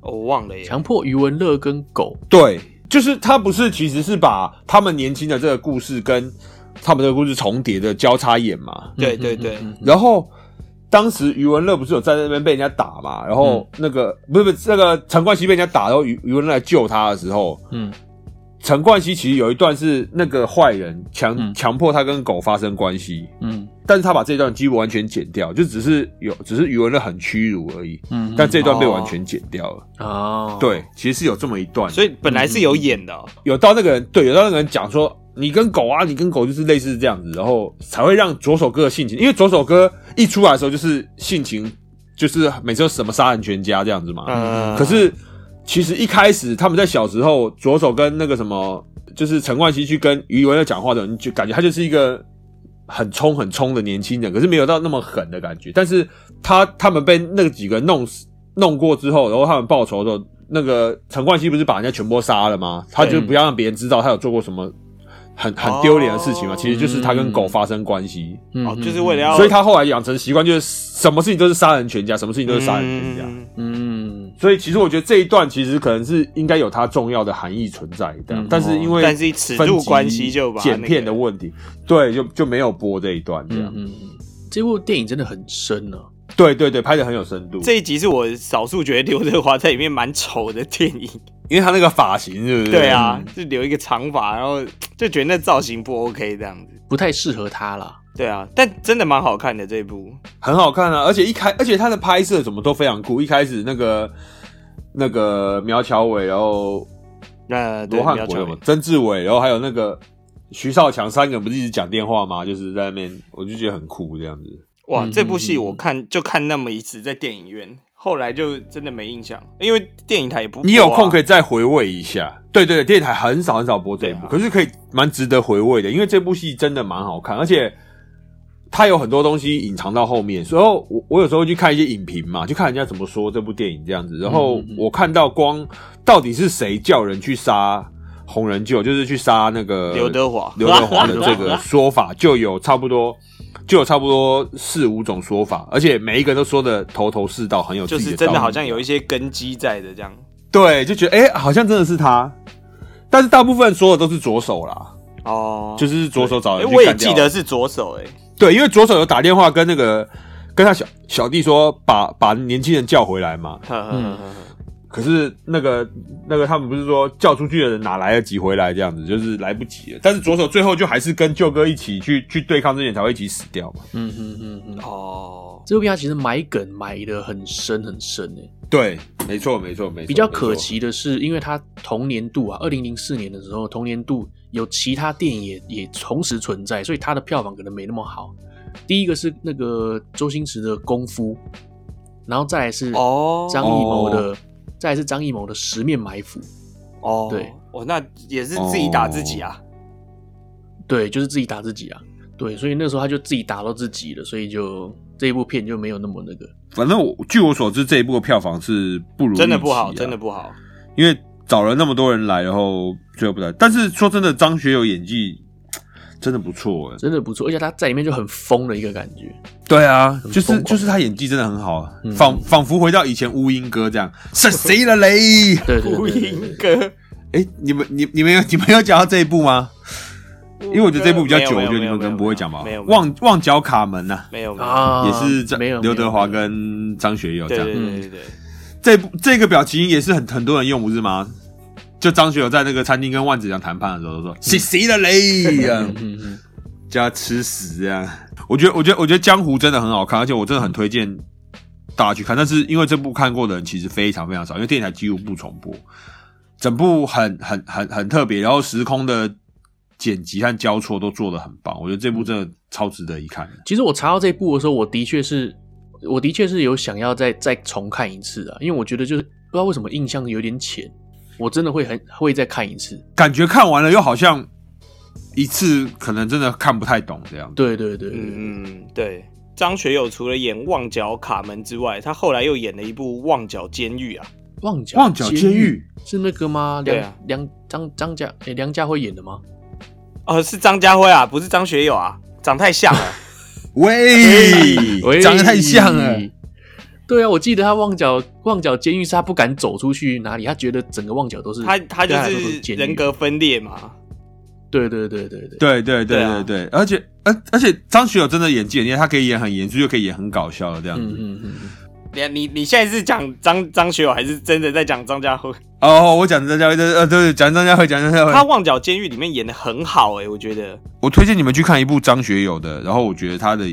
B: 哦我忘了耶。
A: 强迫余文乐跟狗，
C: 对，就是他不是其实是把他们年轻的这个故事跟他们的故事重叠的交叉演嘛，
B: 对
A: 嗯
B: 对
A: 嗯
B: 对
A: 嗯嗯
C: 然后当时余文乐不是有在那边被人家打嘛，然后那个、不是不是那个陈冠希被人家打，然后余余文乐来救他的时候，
A: 嗯
C: 陈冠希其实有一段是那个坏人强
A: 嗯
C: 强、迫他跟狗发生关系，
A: 嗯
C: 但是他把这段几乎完全剪掉，就只是有只是余文乐很屈辱而已，
A: 嗯，
C: 但这段被完全剪掉了。
A: 哦，
C: 对，其实是有这么一段，
B: 所以本来是有演的哦、
C: 有到那个人对，有到那个人讲说。你跟狗啊，你跟狗就是类似这样子，然后才会让左手哥的性情，因为左手哥一出来的时候就是性情，就是每次都什么杀人全家这样子嘛。
B: 嗯，
C: 可是其实一开始他们在小时候，左手跟那个什么，就是陈冠希去跟余文乐讲话的时候，你就感觉他就是一个很冲很冲的年轻人，可是没有到那么狠的感觉。但是他他们被那几个弄死弄过之后，然后他们报仇的时候，那个陈冠希不是把人家全部杀了吗？他就
A: 对
C: 不要让别人知道他有做过什么。很很丢脸的事情嘛，
B: 哦
C: 其实就是他跟狗
A: 嗯
C: 发生关系，
A: 嗯，
B: 哦
A: 嗯
B: 就是为了要
C: 所以他后来养成习惯，就是什么事情都是杀人全家，什么事情都是杀人全家。
B: 嗯
A: 嗯，
C: 所以其实我觉得这一段其实可能是应该有它重要的含义存在的，
A: 嗯
C: 但是因为
B: 哦但是尺度关系就把那个
C: 剪片的问题，对，就就没有播这一段这样。
A: 嗯嗯嗯，这部电影真的很深啊，
C: 对对对，拍的很有深度，
B: 这一集是我少数觉得刘德华在里面蛮丑的电影。
C: 因为他那个发型是不是？
B: 对啊，就留一个长发，然后就觉得那造型不 OK 这样子。
A: 不太适合他啦。
B: 对啊，但真的蛮好看的这一部。
C: 很好看啊，而且一开，而且他的拍摄什么都非常酷。一开始那个那个苗侨伟，然后
B: 那对
C: 罗
B: 不
C: 汉
B: 要
C: 国
B: 讲
C: 有吗曾志伟，然后还有那个徐少强三个人不是一直讲电话吗？就是在那边，我就觉得很酷这样子。
B: 哇，
A: 嗯
B: 这部戏
A: 嗯嗯
B: 我看就看那么一次在电影院，后来就真的没印象，因为电影台也不、啊
C: 你有空可
B: 以
C: 以再回味一下。对对，电台很少很少播这一
B: 对
C: 部，
B: 啊
C: 可是可以蛮值得回味的，因为这部戏真的蛮好看，而且它有很多东西隐藏到后面。所以我我有时候会去看一些影评嘛，就看人家怎么说这部电影这样子。然后
A: 嗯嗯嗯
C: 我看到光到底是谁叫人去杀红人舅，就是去杀那个
B: 刘德华，
C: 刘 德华的这个说法，就有差不多。就有差不多四五种说法，而且每一个都说的头头是道，很有
B: 就
C: 自己
B: 是
C: 的道
B: 真
C: 理
B: 的好像有一些根基在的这样。
C: 对，就觉得哎、诶好像真的是他，但是大部分说的都是左手啦，
B: 哦，
C: 啊就是是左手找
B: 哎、
C: 人去
B: 我也
C: 干掉
B: 记得是左手、哎，
C: 对，因为左手有打电话跟那个跟他小小弟说把把年轻人叫回来嘛，
B: 呵呵
A: 嗯
B: 呵呵
C: 可是那个那个他们不是说叫出去的人哪来得及回来这样子，就是来不及了。但是左手最后就还是跟舅哥一起去去对抗这些人才会一起死掉嘛。
A: 嗯嗯嗯嗯，
B: 哦，
A: 这部片它其实埋梗埋的很深很深诶、
C: 对，没错没错没错。
A: 比较
C: 没错
A: 可，惜的是，因为它同年度啊，二零零四年的时候，同年度有其他电影也也同时存在，所以它的票房可能没那么好。第一个是那个周星驰的《功夫》，然后再来是
B: 哦
A: 嗯张艺谋的，再来是张艺谋的《十面埋伏》。
B: 哦，
A: 对，
B: 哦，那也是自己打自己啊。
C: 哦
A: 对，就是自己打自己啊。对，所以那时候他就自己打到自己了，所以就这一部片就没有那么那个。
C: 反正我据我所知这一部的票房是不如
B: 真的
C: 预期
B: 不好，
C: 啊
B: 真的 不好。
C: 因为找了那么多人来，然后最后不来。但是说真的，张学友演技真的不错哎。
A: 真的不错，而且他在里面就很疯的一个感觉。
C: 对啊，
A: 很
C: 就是
A: 疯狂
C: 就是他演技真的很好啊，
A: 嗯
C: 仿仿佛回到以前乌蝇哥这样。是谁了雷？
A: 对对
B: 胡
A: 对对
B: 英哥，
C: 哎、你们你你们有你们有讲到这一部吗？因为我觉得这一部比较久，
B: 没
C: 我
B: 有
C: 觉得你
B: 没有
C: 们
B: 没
C: 可
B: 有
C: 能不会讲吧
B: 没有。没有
C: 旺旺角卡门呐、
B: 没有没有
A: 啊，
C: 也是张
A: 没有
C: 刘德华
A: 没有
C: 跟张学友这
B: 对
C: 样
B: 对。对对对，
C: 这部这个表情也是很很多人用，不是吗？就张学友在那个餐厅跟万梓良谈判的时候，都说 谁谁了嘞这样
A: 嗯嗯嗯，
C: 叫他吃屎这样。我觉得，我觉得，我觉得《江湖》真的很好看，而且我真的很推荐大家去看。但是因为这部看过的人其实非常非常少，因为电影台几乎不重播。整部很很很很特别，然后时空的剪辑和交错都做得很棒，我觉得这部真的超值得一看的。
A: 其实我查到这一部的时候，我的确是，我的确是有想要再再重看一次啊，因为我觉得就是不知道为什么印象有点浅，我真的会很会再看一次。
C: 感觉看完了又好像一次可能真的看不太懂这样。
A: 对对对，对
B: 嗯嗯对。张学友除了演《旺角卡门》之外，他后来又演了一部《旺角监狱》啊，
A: 旺角
C: 旺角监狱
A: 是那个吗？
B: 对
A: 梁
B: 啊
A: 梁张张家诶梁家辉演的吗？
B: 哦，是张家辉啊，不是张学友啊，长太像了。
C: 喂，
A: 喂
C: 长得太像了。。
A: 对啊，我记得他旺角旺角监狱是他不敢走出去哪里，他觉得整个旺角都是
B: 他他就
A: 嗯对来说都
B: 是
A: 监狱
B: 人格分裂嘛，
A: 对对对对对，
C: 对对对
B: 对啊
C: 对对，而且而而且张学友真的演技很厉害，他可以演很严肃，又可以演很搞笑的这样
A: 嗯
C: 子。
A: 嗯嗯嗯，
B: 你你你现在是讲张张学友，还是真的在讲张家辉？
C: 哦，我讲张家辉，对呃对，对讲张家辉，讲张家
B: 他
C: 辉。
B: 《旺角监狱》里面演的很好哎、我觉得
C: 我推荐你们去看一部张学友的，然后我觉得他的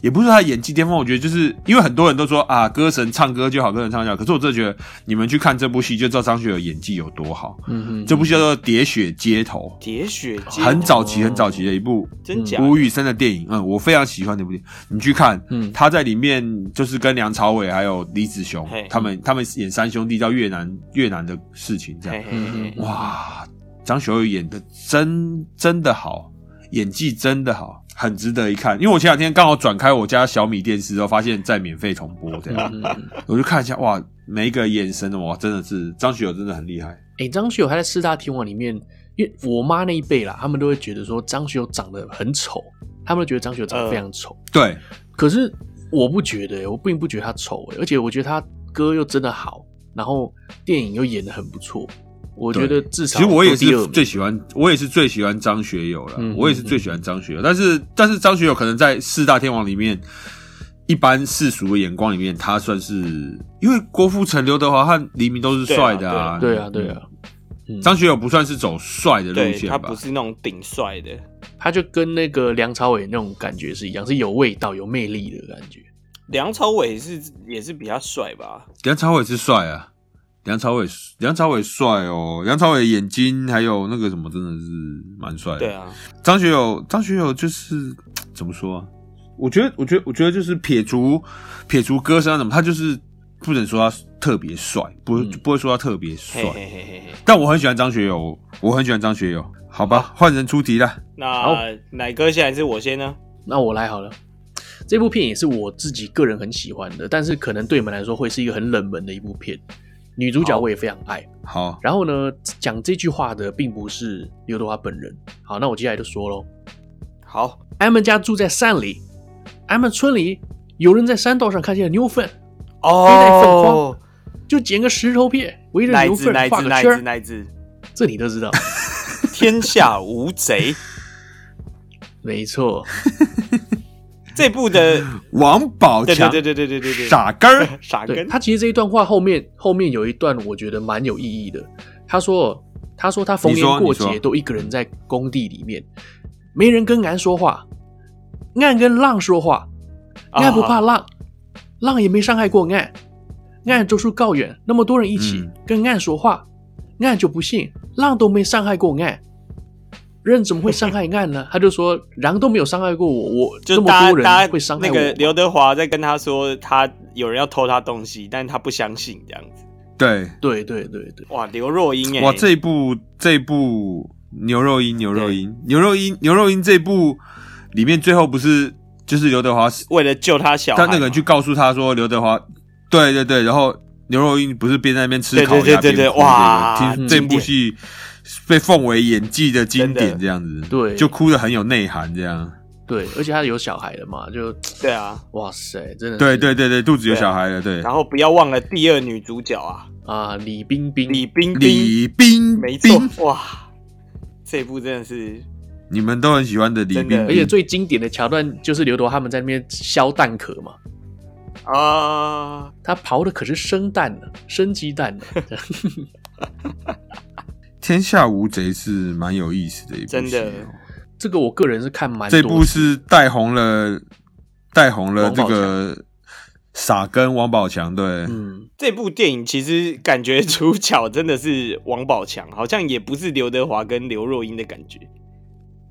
C: 也不是他的演技巅峰，我觉得就是因为很多人都说啊，歌神唱歌就好，歌神唱就好，可是我真的觉得你们去看这部戏就知道张学友演技有多好。
A: 嗯嗯，
C: 这部戏叫做《喋血街头
B: 铁血街》，
C: 很早期很早期的一部
B: 真假
C: 吴宇森的电影，嗯，我非常喜欢那部电影，你去看，
A: 嗯
C: 他在里面就是跟梁朝伟还有李子雄
B: 嘿
C: 他们他们演三兄弟到越南越南的事情这
B: 嘿
C: 样，
B: 嘿
A: 嗯
B: 嘿
A: 嗯
C: 哇，张学友演的真真的好，演技真的好，很值得一看。因为我前两天刚好转开我家小米电视之后，发现在免费重播这样，
A: 嗯嗯嗯，
C: 我就看一下，哇，每一个眼神哇，真的是张学友真的很厉害，
A: 哎，张学友他在四大天王里面，因为我妈那一辈啦，他们都会觉得说张学友长得很丑，他们都觉得张学友长得非常丑。
C: 对，
A: 可是我不觉得、欸，我并不觉得他丑、欸，而且我觉得他歌又真的好，然后电影又演的很不错，我觉得至少
C: 其实我也
A: 都第二
C: 是
A: 名
C: 最喜欢，我也是最喜欢张学友了。
A: 嗯
C: 我也是最喜欢张学友，但是但是张学友可能在四大天王里面，一般世俗的眼光里面，他算是因为郭富城、刘德华和黎明都是帅的啊。
A: 对啊对啊，嗯
C: 张学友不算是走帅的路
B: 对
C: 线
B: 他
C: 吧
B: 不？是那种顶帅的，
A: 他就跟那个梁朝伟那种感觉是一样，是有味道、有魅力的感觉。
B: 梁朝伟是也是比较帅吧？
C: 梁朝伟是帅啊，梁朝伟梁朝伟帅哦，梁朝伟眼睛还有那个什么真的是蛮帅的。
B: 对啊，
C: 张学友，张学友就是怎么说啊？我觉得，我觉得，我觉得就是撇除撇除歌声啊什么，他就是不能说他特别帅，不、不会说他特别帅
B: 嗯嘿，嘿嘿嘿嘿。
C: 但我很喜欢张学友，我很喜欢张学友。好吧，换人出题了。
A: 好
B: 那奶哥先还是我先呢？
A: 那我来好了。这部片也是我自己个人很喜欢的，但是可能对你们来说会是一个很冷门的一部片。女主角我也非常爱。
C: 好，
A: 然后呢，讲这句话的并不是刘德华本人。好，那我接下来就说喽。
B: 好，
A: 安们家住在山里，安们村里有人在山道上看见了牛粪，带凤
B: 哦
A: 凰，就捡个石头片围着
B: 奶
A: 牛
B: 子
A: 粪
B: 奶
A: 画
B: 子
A: 个
B: 奶
A: 圈
B: 子
A: 儿，
B: 奶子，
A: 这你都知道，
B: 天下无贼。
A: 没错。
B: 这部的，
C: 王宝
B: 对对
C: 强，
B: 对对对对对对，
C: 傻 根儿，
B: 傻
A: 对
B: 根，
A: 他其实这一段话后面后面有一段我觉得蛮有意义的。他说：“他说他逢
C: 你
A: 年
C: 说
A: 过
C: 你
A: 节
C: 说
A: 都一个人在工地里面，没人跟俺说话，俺跟浪说话，俺不怕
B: 啊
A: 浪，浪也没伤害过俺，俺走出高远，那么多人一起、
C: 嗯
A: 跟俺说话，俺就不信浪都没伤害过俺。”人怎么会伤害俺呢？他 就说，狼都没有伤害过我，我
B: 就
A: 这
B: 是
A: 么
B: 大
A: 多
B: 家大
A: 人
B: 家
A: 会伤害
B: 那
A: 我
B: 个
A: 吗。
B: 刘德华在跟他说他有人要偷他东西，但他不相信这样子。
C: 对，
A: 对对对对，
B: 哇，刘若英哎、
C: 哇，这一部这一部牛肉音牛肉音牛肉音牛肉音这一部里面最后不是就是刘德华，
B: 为了救他小孩
C: 他
B: 嘛，
C: 那个人去告诉他说刘德华，对对对，然后牛肉音不是边在那边吃
B: 对
C: 烤鸭
B: 对对对
C: 边
B: 对
C: 哭
B: 哇
C: 这个听
B: 经
C: 这
B: 典
C: 部戏被奉为演技的经
B: 真
C: 典
B: 的
C: 这样子，
A: 对
C: 就哭的很有内涵这样，
A: 对，而且他有小孩了嘛，就
B: 对啊，
A: 哇塞，真的是
C: 对对对对，肚子有
B: 对
C: 小孩了，对，
B: 然后不要忘了第二女主角啊，
A: 啊，李冰冰
B: 李冰冰，
C: 李冰
B: 没错
C: 冰，，
B: 哇，这部真的是
C: 你们都很喜欢的李
B: 真的
C: 冰
A: 而且
C: 冰，
A: 最经典的桥段就是刘德华他们在那边削蛋壳嘛，
B: 啊，
A: 他刨的可是生蛋呢，生鸡蛋 呢。
C: 天下无贼是蛮有意思的一部
B: 真
C: 戏
B: 的
C: 哦。
A: 这个我个人是看蛮多
C: 这
A: 的
C: 部是带红了，带红了
A: 王
C: 这
A: 宝强
C: 个傻根王宝强，对，
A: 嗯，
B: 这部电影其实感觉主角真的是王宝强，好像也不是刘德华跟刘若英的感觉，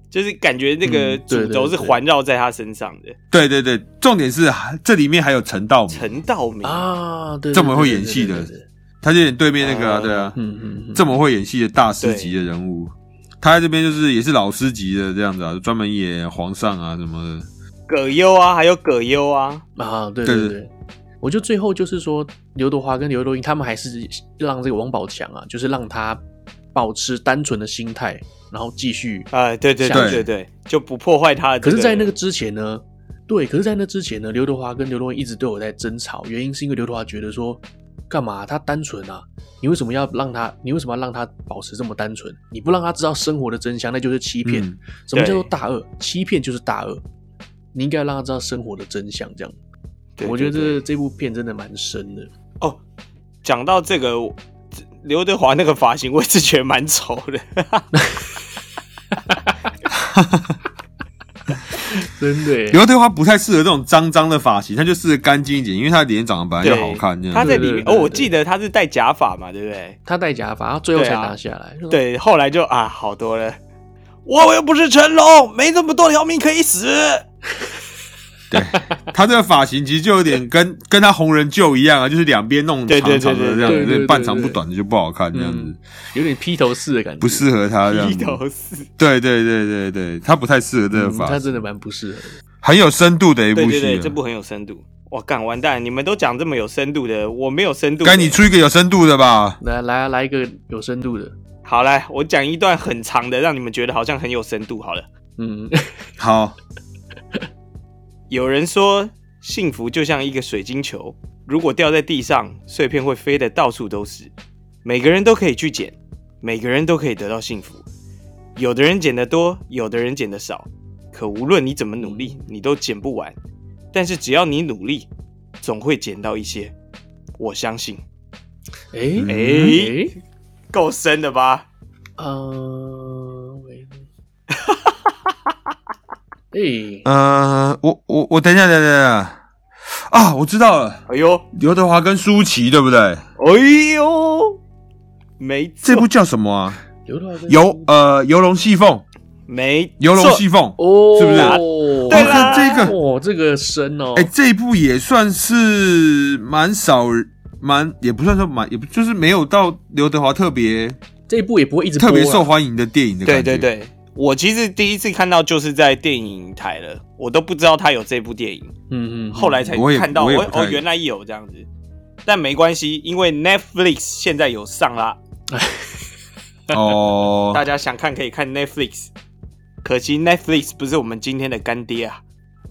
B: 就是感觉那个
A: 嗯对对
B: 主轴是
A: 对
B: 环绕在他身上的。
C: 对对对，重点是这里面还有陈道明，
B: 陈道明，
A: 啊，对，对
C: 这么会演戏的
A: 对对对对对
C: 他就演对面那个啊，
B: 啊
C: 对啊，
A: 嗯嗯嗯，
C: 这么会演戏的大师级的人物，他在这边就是也是老师级的这样子啊，专门演皇上啊什么的，
B: 葛优啊，还有葛优啊，
A: 啊，对
C: 对
A: 对
C: 对
A: 对。我就最后就是说，刘德华跟刘若英他们还是让这个王宝强啊，就是让他保持单纯的心态，然后继续
B: 哎，对对
A: 像
B: 对对对，就不破坏他的这。
A: 可是，在那个之前呢，对，可是，在那之前呢，刘德华跟刘若英一直都有在争吵，原因是因为刘德华觉得说，干嘛他单纯啊，你为什么要让他，你为什么要让他保持这么单纯？你不让他知道生活的真相，那就是欺骗。
C: 嗯
A: 什么叫
B: 对
A: 做大恶？欺骗就是大恶，你应该让他知道生活的真相。这样，
B: 对，
A: 我觉得
B: 对对
A: 这这部片真的蛮深的。
B: 哦，讲到这个，我刘德华那个发型，我一直觉得蛮丑的。
A: 真的耶，
C: 刘德华不太适合这种脏脏的发型，他就适合干净一点，因为他脸长得本来就
B: 对
C: 好看这样
B: 他
C: 子。
B: 在里面
A: 对对，
B: 哦，
A: 对
B: 我
A: 对
B: 记得他是戴假发嘛，对不对？
A: 他戴假发，他最后才
B: 对啊
A: 拿下来。就说，
B: 对，后来就啊，好多了。我又不是成龙，没这么多条命可以死。
C: 他这个发型其实就有点跟跟他红人舅一样啊，就是两边弄
B: 对
C: 长
B: 对
C: 长
B: 对
C: 的
B: 对
C: 这样
A: 对
C: 子，有
A: 对
C: 点
A: 对
C: 半长不
A: 对
C: 短的就不好看这样子
A: 嗯。有点披头士的感觉，
C: 不适合他这 样
B: 披
C: 子。
B: 头士，
C: 对对对对对，他不太适合这个
A: 嗯，
C: 法，
A: 他真的蛮不适合的。
C: 很有深度的一部
B: 对
C: 戏啊。
B: 对对，这部很有深度。哇，干完蛋！你们都讲这么有深度的，我没有深度的。
C: 该你出一个有深度的吧？
A: 来来啊来一个有深度的，
B: 好来，我讲一段很长的，让你们觉得好像很有深度。好了，
A: 嗯，
C: 好，
B: 有人说幸福就像一个水晶球，如果掉在地上，碎片会飞得到处都是。每个人都可以去捡，每个人都可以得到幸福。有的人捡得多，有的人捡得少，可无论你怎么努力，你都捡不完。但是只要你努力，总会捡到一些。我相信，
A: 哎
B: 哎
A: 哎，
B: 够深的吧？
A: 呃，喂， 哎，
C: 呃，我我我等一下，等一下等一下啊，我知道了，
B: 哎呦，
C: 刘德华跟舒淇对不对？
B: 哎呦，没
C: 这
B: 错
C: 部，叫什么啊？
A: 刘德华跟
C: 游呃游龙戏凤，
B: 没
C: 游龙
B: 错
C: 戏凤，
A: 哦，
C: 是不是
B: 对
A: 对
B: 啦
C: 这个
A: 哦，这个深哦，
C: 哎、这一部也算是蛮少，蛮也不算说蛮，也不就是没有到刘德华特别
A: 这一部也不会一直播啊
C: 特
A: 啦
C: 别受欢迎的电影的
B: 对
C: 感觉。
B: 啊对对，我其实第一次看到就是在电影台了，我都不知道他有这部电影，
A: 嗯嗯，嗯
B: 后来才
C: 我也
B: 看到，
C: 我也
B: 我
C: 不太
B: 哦原来有这样子，但没关系，因为 Netflix 现在有上啦，
C: 对， 哦，
B: 大家想看可以看 Netflix。可惜 Netflix 不是我们今天的干爹啊，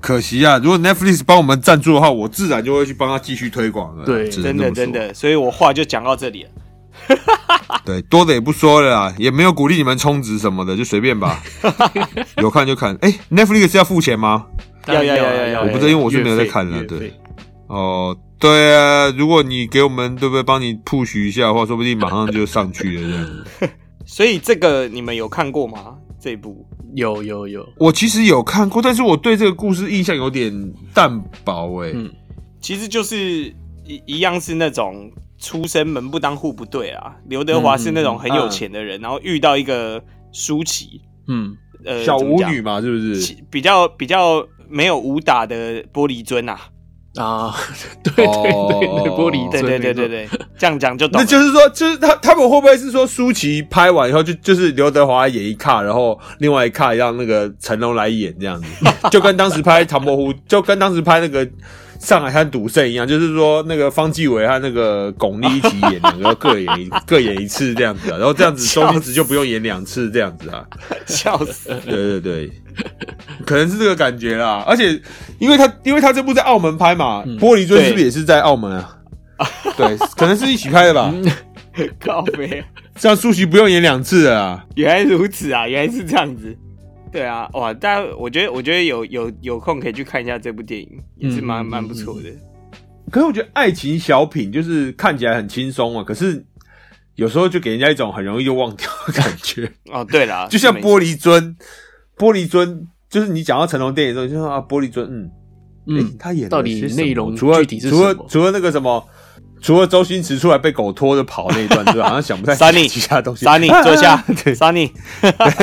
C: 可惜啊，如果 Netflix 帮我们赞助的话，我自然就会去帮他继续推广了。
A: 对
C: 只
B: 真
C: 能这
B: 的
C: 么说
B: 真，的，所以我话就讲到这里了。
C: 对多的也不说了啦，也没有鼓励你们充值什么的，就随便吧，有看就看。哎、n e t f l i x 要付钱吗？
A: 当然
B: 要要
A: 啊
B: 要要我不
C: 知道因为我是没有在看啊
A: 月费
C: 对
A: 月费
C: 哦，对啊，如果你给我们，对不对？帮你 push 一下的话，说不定马上就上去了这样。
B: 所以这个你们有看过吗？这部
A: 有有有，
C: 我其实有看过，但是我对这个故事印象有点淡薄哎、
A: 嗯
B: 其实就是一一样是那种出身门不当户不对啊。刘德
C: 嗯
B: 华是那种很有钱的人，然后遇到一个舒淇，
A: 嗯，
B: 呃，
C: 小舞
B: 怎么
C: 女嘛，是不
B: 讲，
C: 是？
B: 其比较比较没有武打的玻璃樽啊。
A: 啊， 对对对对，
C: 哦
A: 玻璃
B: 对
A: 樽
B: 对对对，
A: 没错
B: 对，这样讲就懂
C: 那
B: 了。
C: 就是说，就是他他们会不会是说舒淇拍完以后就就是刘德华演一卡，然后另外一卡让那个成龙来演这样子，就跟当时拍《唐伯虎》，就跟当时拍那个《上海滩赌圣》一样，就是说那个方季伟和那个巩俐一起演，两个各演一各演一次这样子、啊，然后这样子周星驰就不用演两次这样子啊。
B: 笑死。
C: 对对对，可能是这个感觉啦。而且，因为他因为他这部在澳门拍嘛，玻璃樽是不是也是在澳门 啊？对，可能是一起拍的吧。
B: 靠背，
C: 这样舒淇不用演两次了啊。
B: 原来如此啊，原来是这样子。对啊，哇！但我觉得，我觉得有有有空可以去看一下这部电影，也是蛮
A: 嗯嗯
B: 蛮不错的。
C: 可是我觉得爱情小品就是看起来很轻松啊，可是有时候就给人家一种很容易就忘掉的感觉，
B: 哦，对啦，
C: 嗯就像
B: 是没
C: 玻璃樽，玻璃樽。就是你讲到成龙电影的时候，你就说啊，玻璃樽，嗯，诶
A: 嗯，
B: 哎
C: 他演了
A: 到底
C: 些什么
A: 内容
C: 除了
A: 具体是
C: 除了
A: 什么
C: 除了那个什么，除了周星驰出来被狗拖着跑那一段之外，好像想不太起
B: Sunny，
C: 其他东西。
B: Sunny 坐 下
C: 对，
B: ，Sunny，
C: 啊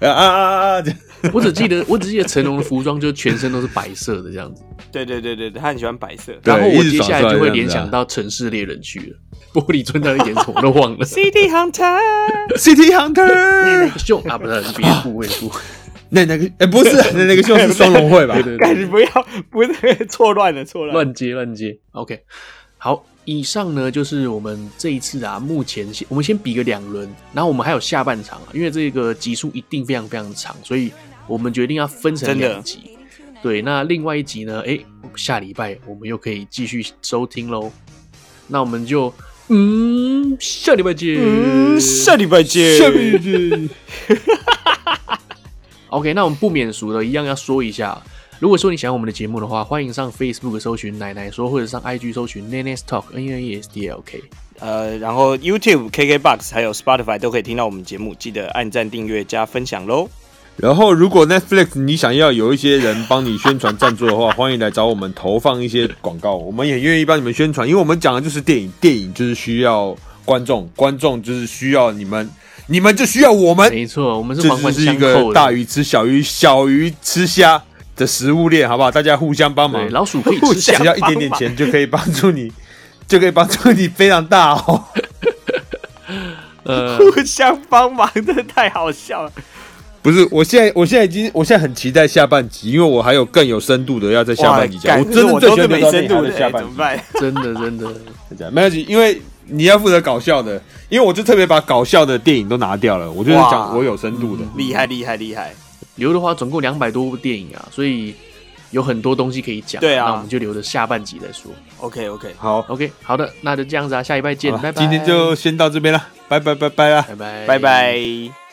C: 啊啊啊！这
A: 我只记得 我只记得成龙的服装就全身都是白色的这样子，
B: 对对对对，对他很喜欢白色。。
C: 对
A: 然后我
C: 一直
A: 接下
C: 转出
A: 来
C: 来
A: 就会
C: 这样子啊
A: 联想到《城市猎人》去了，玻璃樽到底演什么都忘了
B: City Hunter，
C: City
A: 那那
C: Hunter，
A: 个胸啊，不是别部位部，
C: 那那个哎、不是那那个就是双龙会吧？
A: 对对 对
B: 但你不要，不是错乱了，错乱了。
A: 乱接乱接。OK，好，以上呢就是我们这一次啊，目前先我们先比个两轮，然后我们还有下半场啊，因为这个集数一定非常非常长，所以我们决定要分成
B: 真的
A: 两集。对，那另外一集呢，诶，下礼拜我们又可以继续收听喽。那我们就嗯，下礼拜见。
B: 嗯，下礼拜见。
C: 下面是
A: OK，那我们不免俗的，一样要说一下。如果说你喜欢我们的节目的话，欢迎上 Facebook 搜寻“奶奶说”，或者上 IG 搜寻 “Nenes Talk N N E S D L K”。
B: 呃，然后 YouTube、KKBox 还有 Spotify 都可以听到我们节目，记得按赞、订阅、加分享喽。
C: 然后，如果 Netflix 你想要有一些人帮你宣传赞助的话， 欢迎来找我们投放一些广告，我们也愿意帮你们宣传，因为我们讲的就是电影，电影就是需要观众，观众就是需要你们，你们就需要我们，
A: 没错，我们是
C: 哎这
A: 环
C: 只
A: 环
C: 是一
A: 相
C: 个
A: 扣
C: 大
A: 的。
C: 鱼吃小鱼，小鱼吃虾的食物链，好不好？大家互相帮忙
A: 对，，老鼠可以
C: 互
A: 吃虾
C: 相只。要一点点钱就可以帮助你，就可以帮助你非常大哦。
A: 呃，
B: 互相帮忙，真的太好笑了。
C: 不是，我现在我现在已经，我现在很期待下半集，因为我还有更有深度的要在下半集讲。
B: 干
C: 我真的
B: 我
C: 最
B: 都
C: 喜
B: 是
C: 欢
B: 没
C: 留到
B: 深度
C: 内
B: 的，
C: 涵的下
B: 哎怎
C: 半集
B: 么。 办？
A: 真的真的，
C: 这样没关系，因为你要负责搞笑的，因为我就特别把搞笑的电影都拿掉了，我就是
B: 哇嗯
C: 讲我有深度的。
B: 厉害厉害厉害！
A: 刘德华总共两百多部电影啊，所以有很多东西可以讲。
B: 对啊
A: 那我们就留着下半集再说。
B: OK OK，
C: 好，
A: OK，好的，那就这样子啊，下礼拜见，
C: 好
A: 拜
C: 了
A: 拜。
C: 今天就先到这边了，拜拜拜拜啦。
A: 拜拜
B: 拜拜。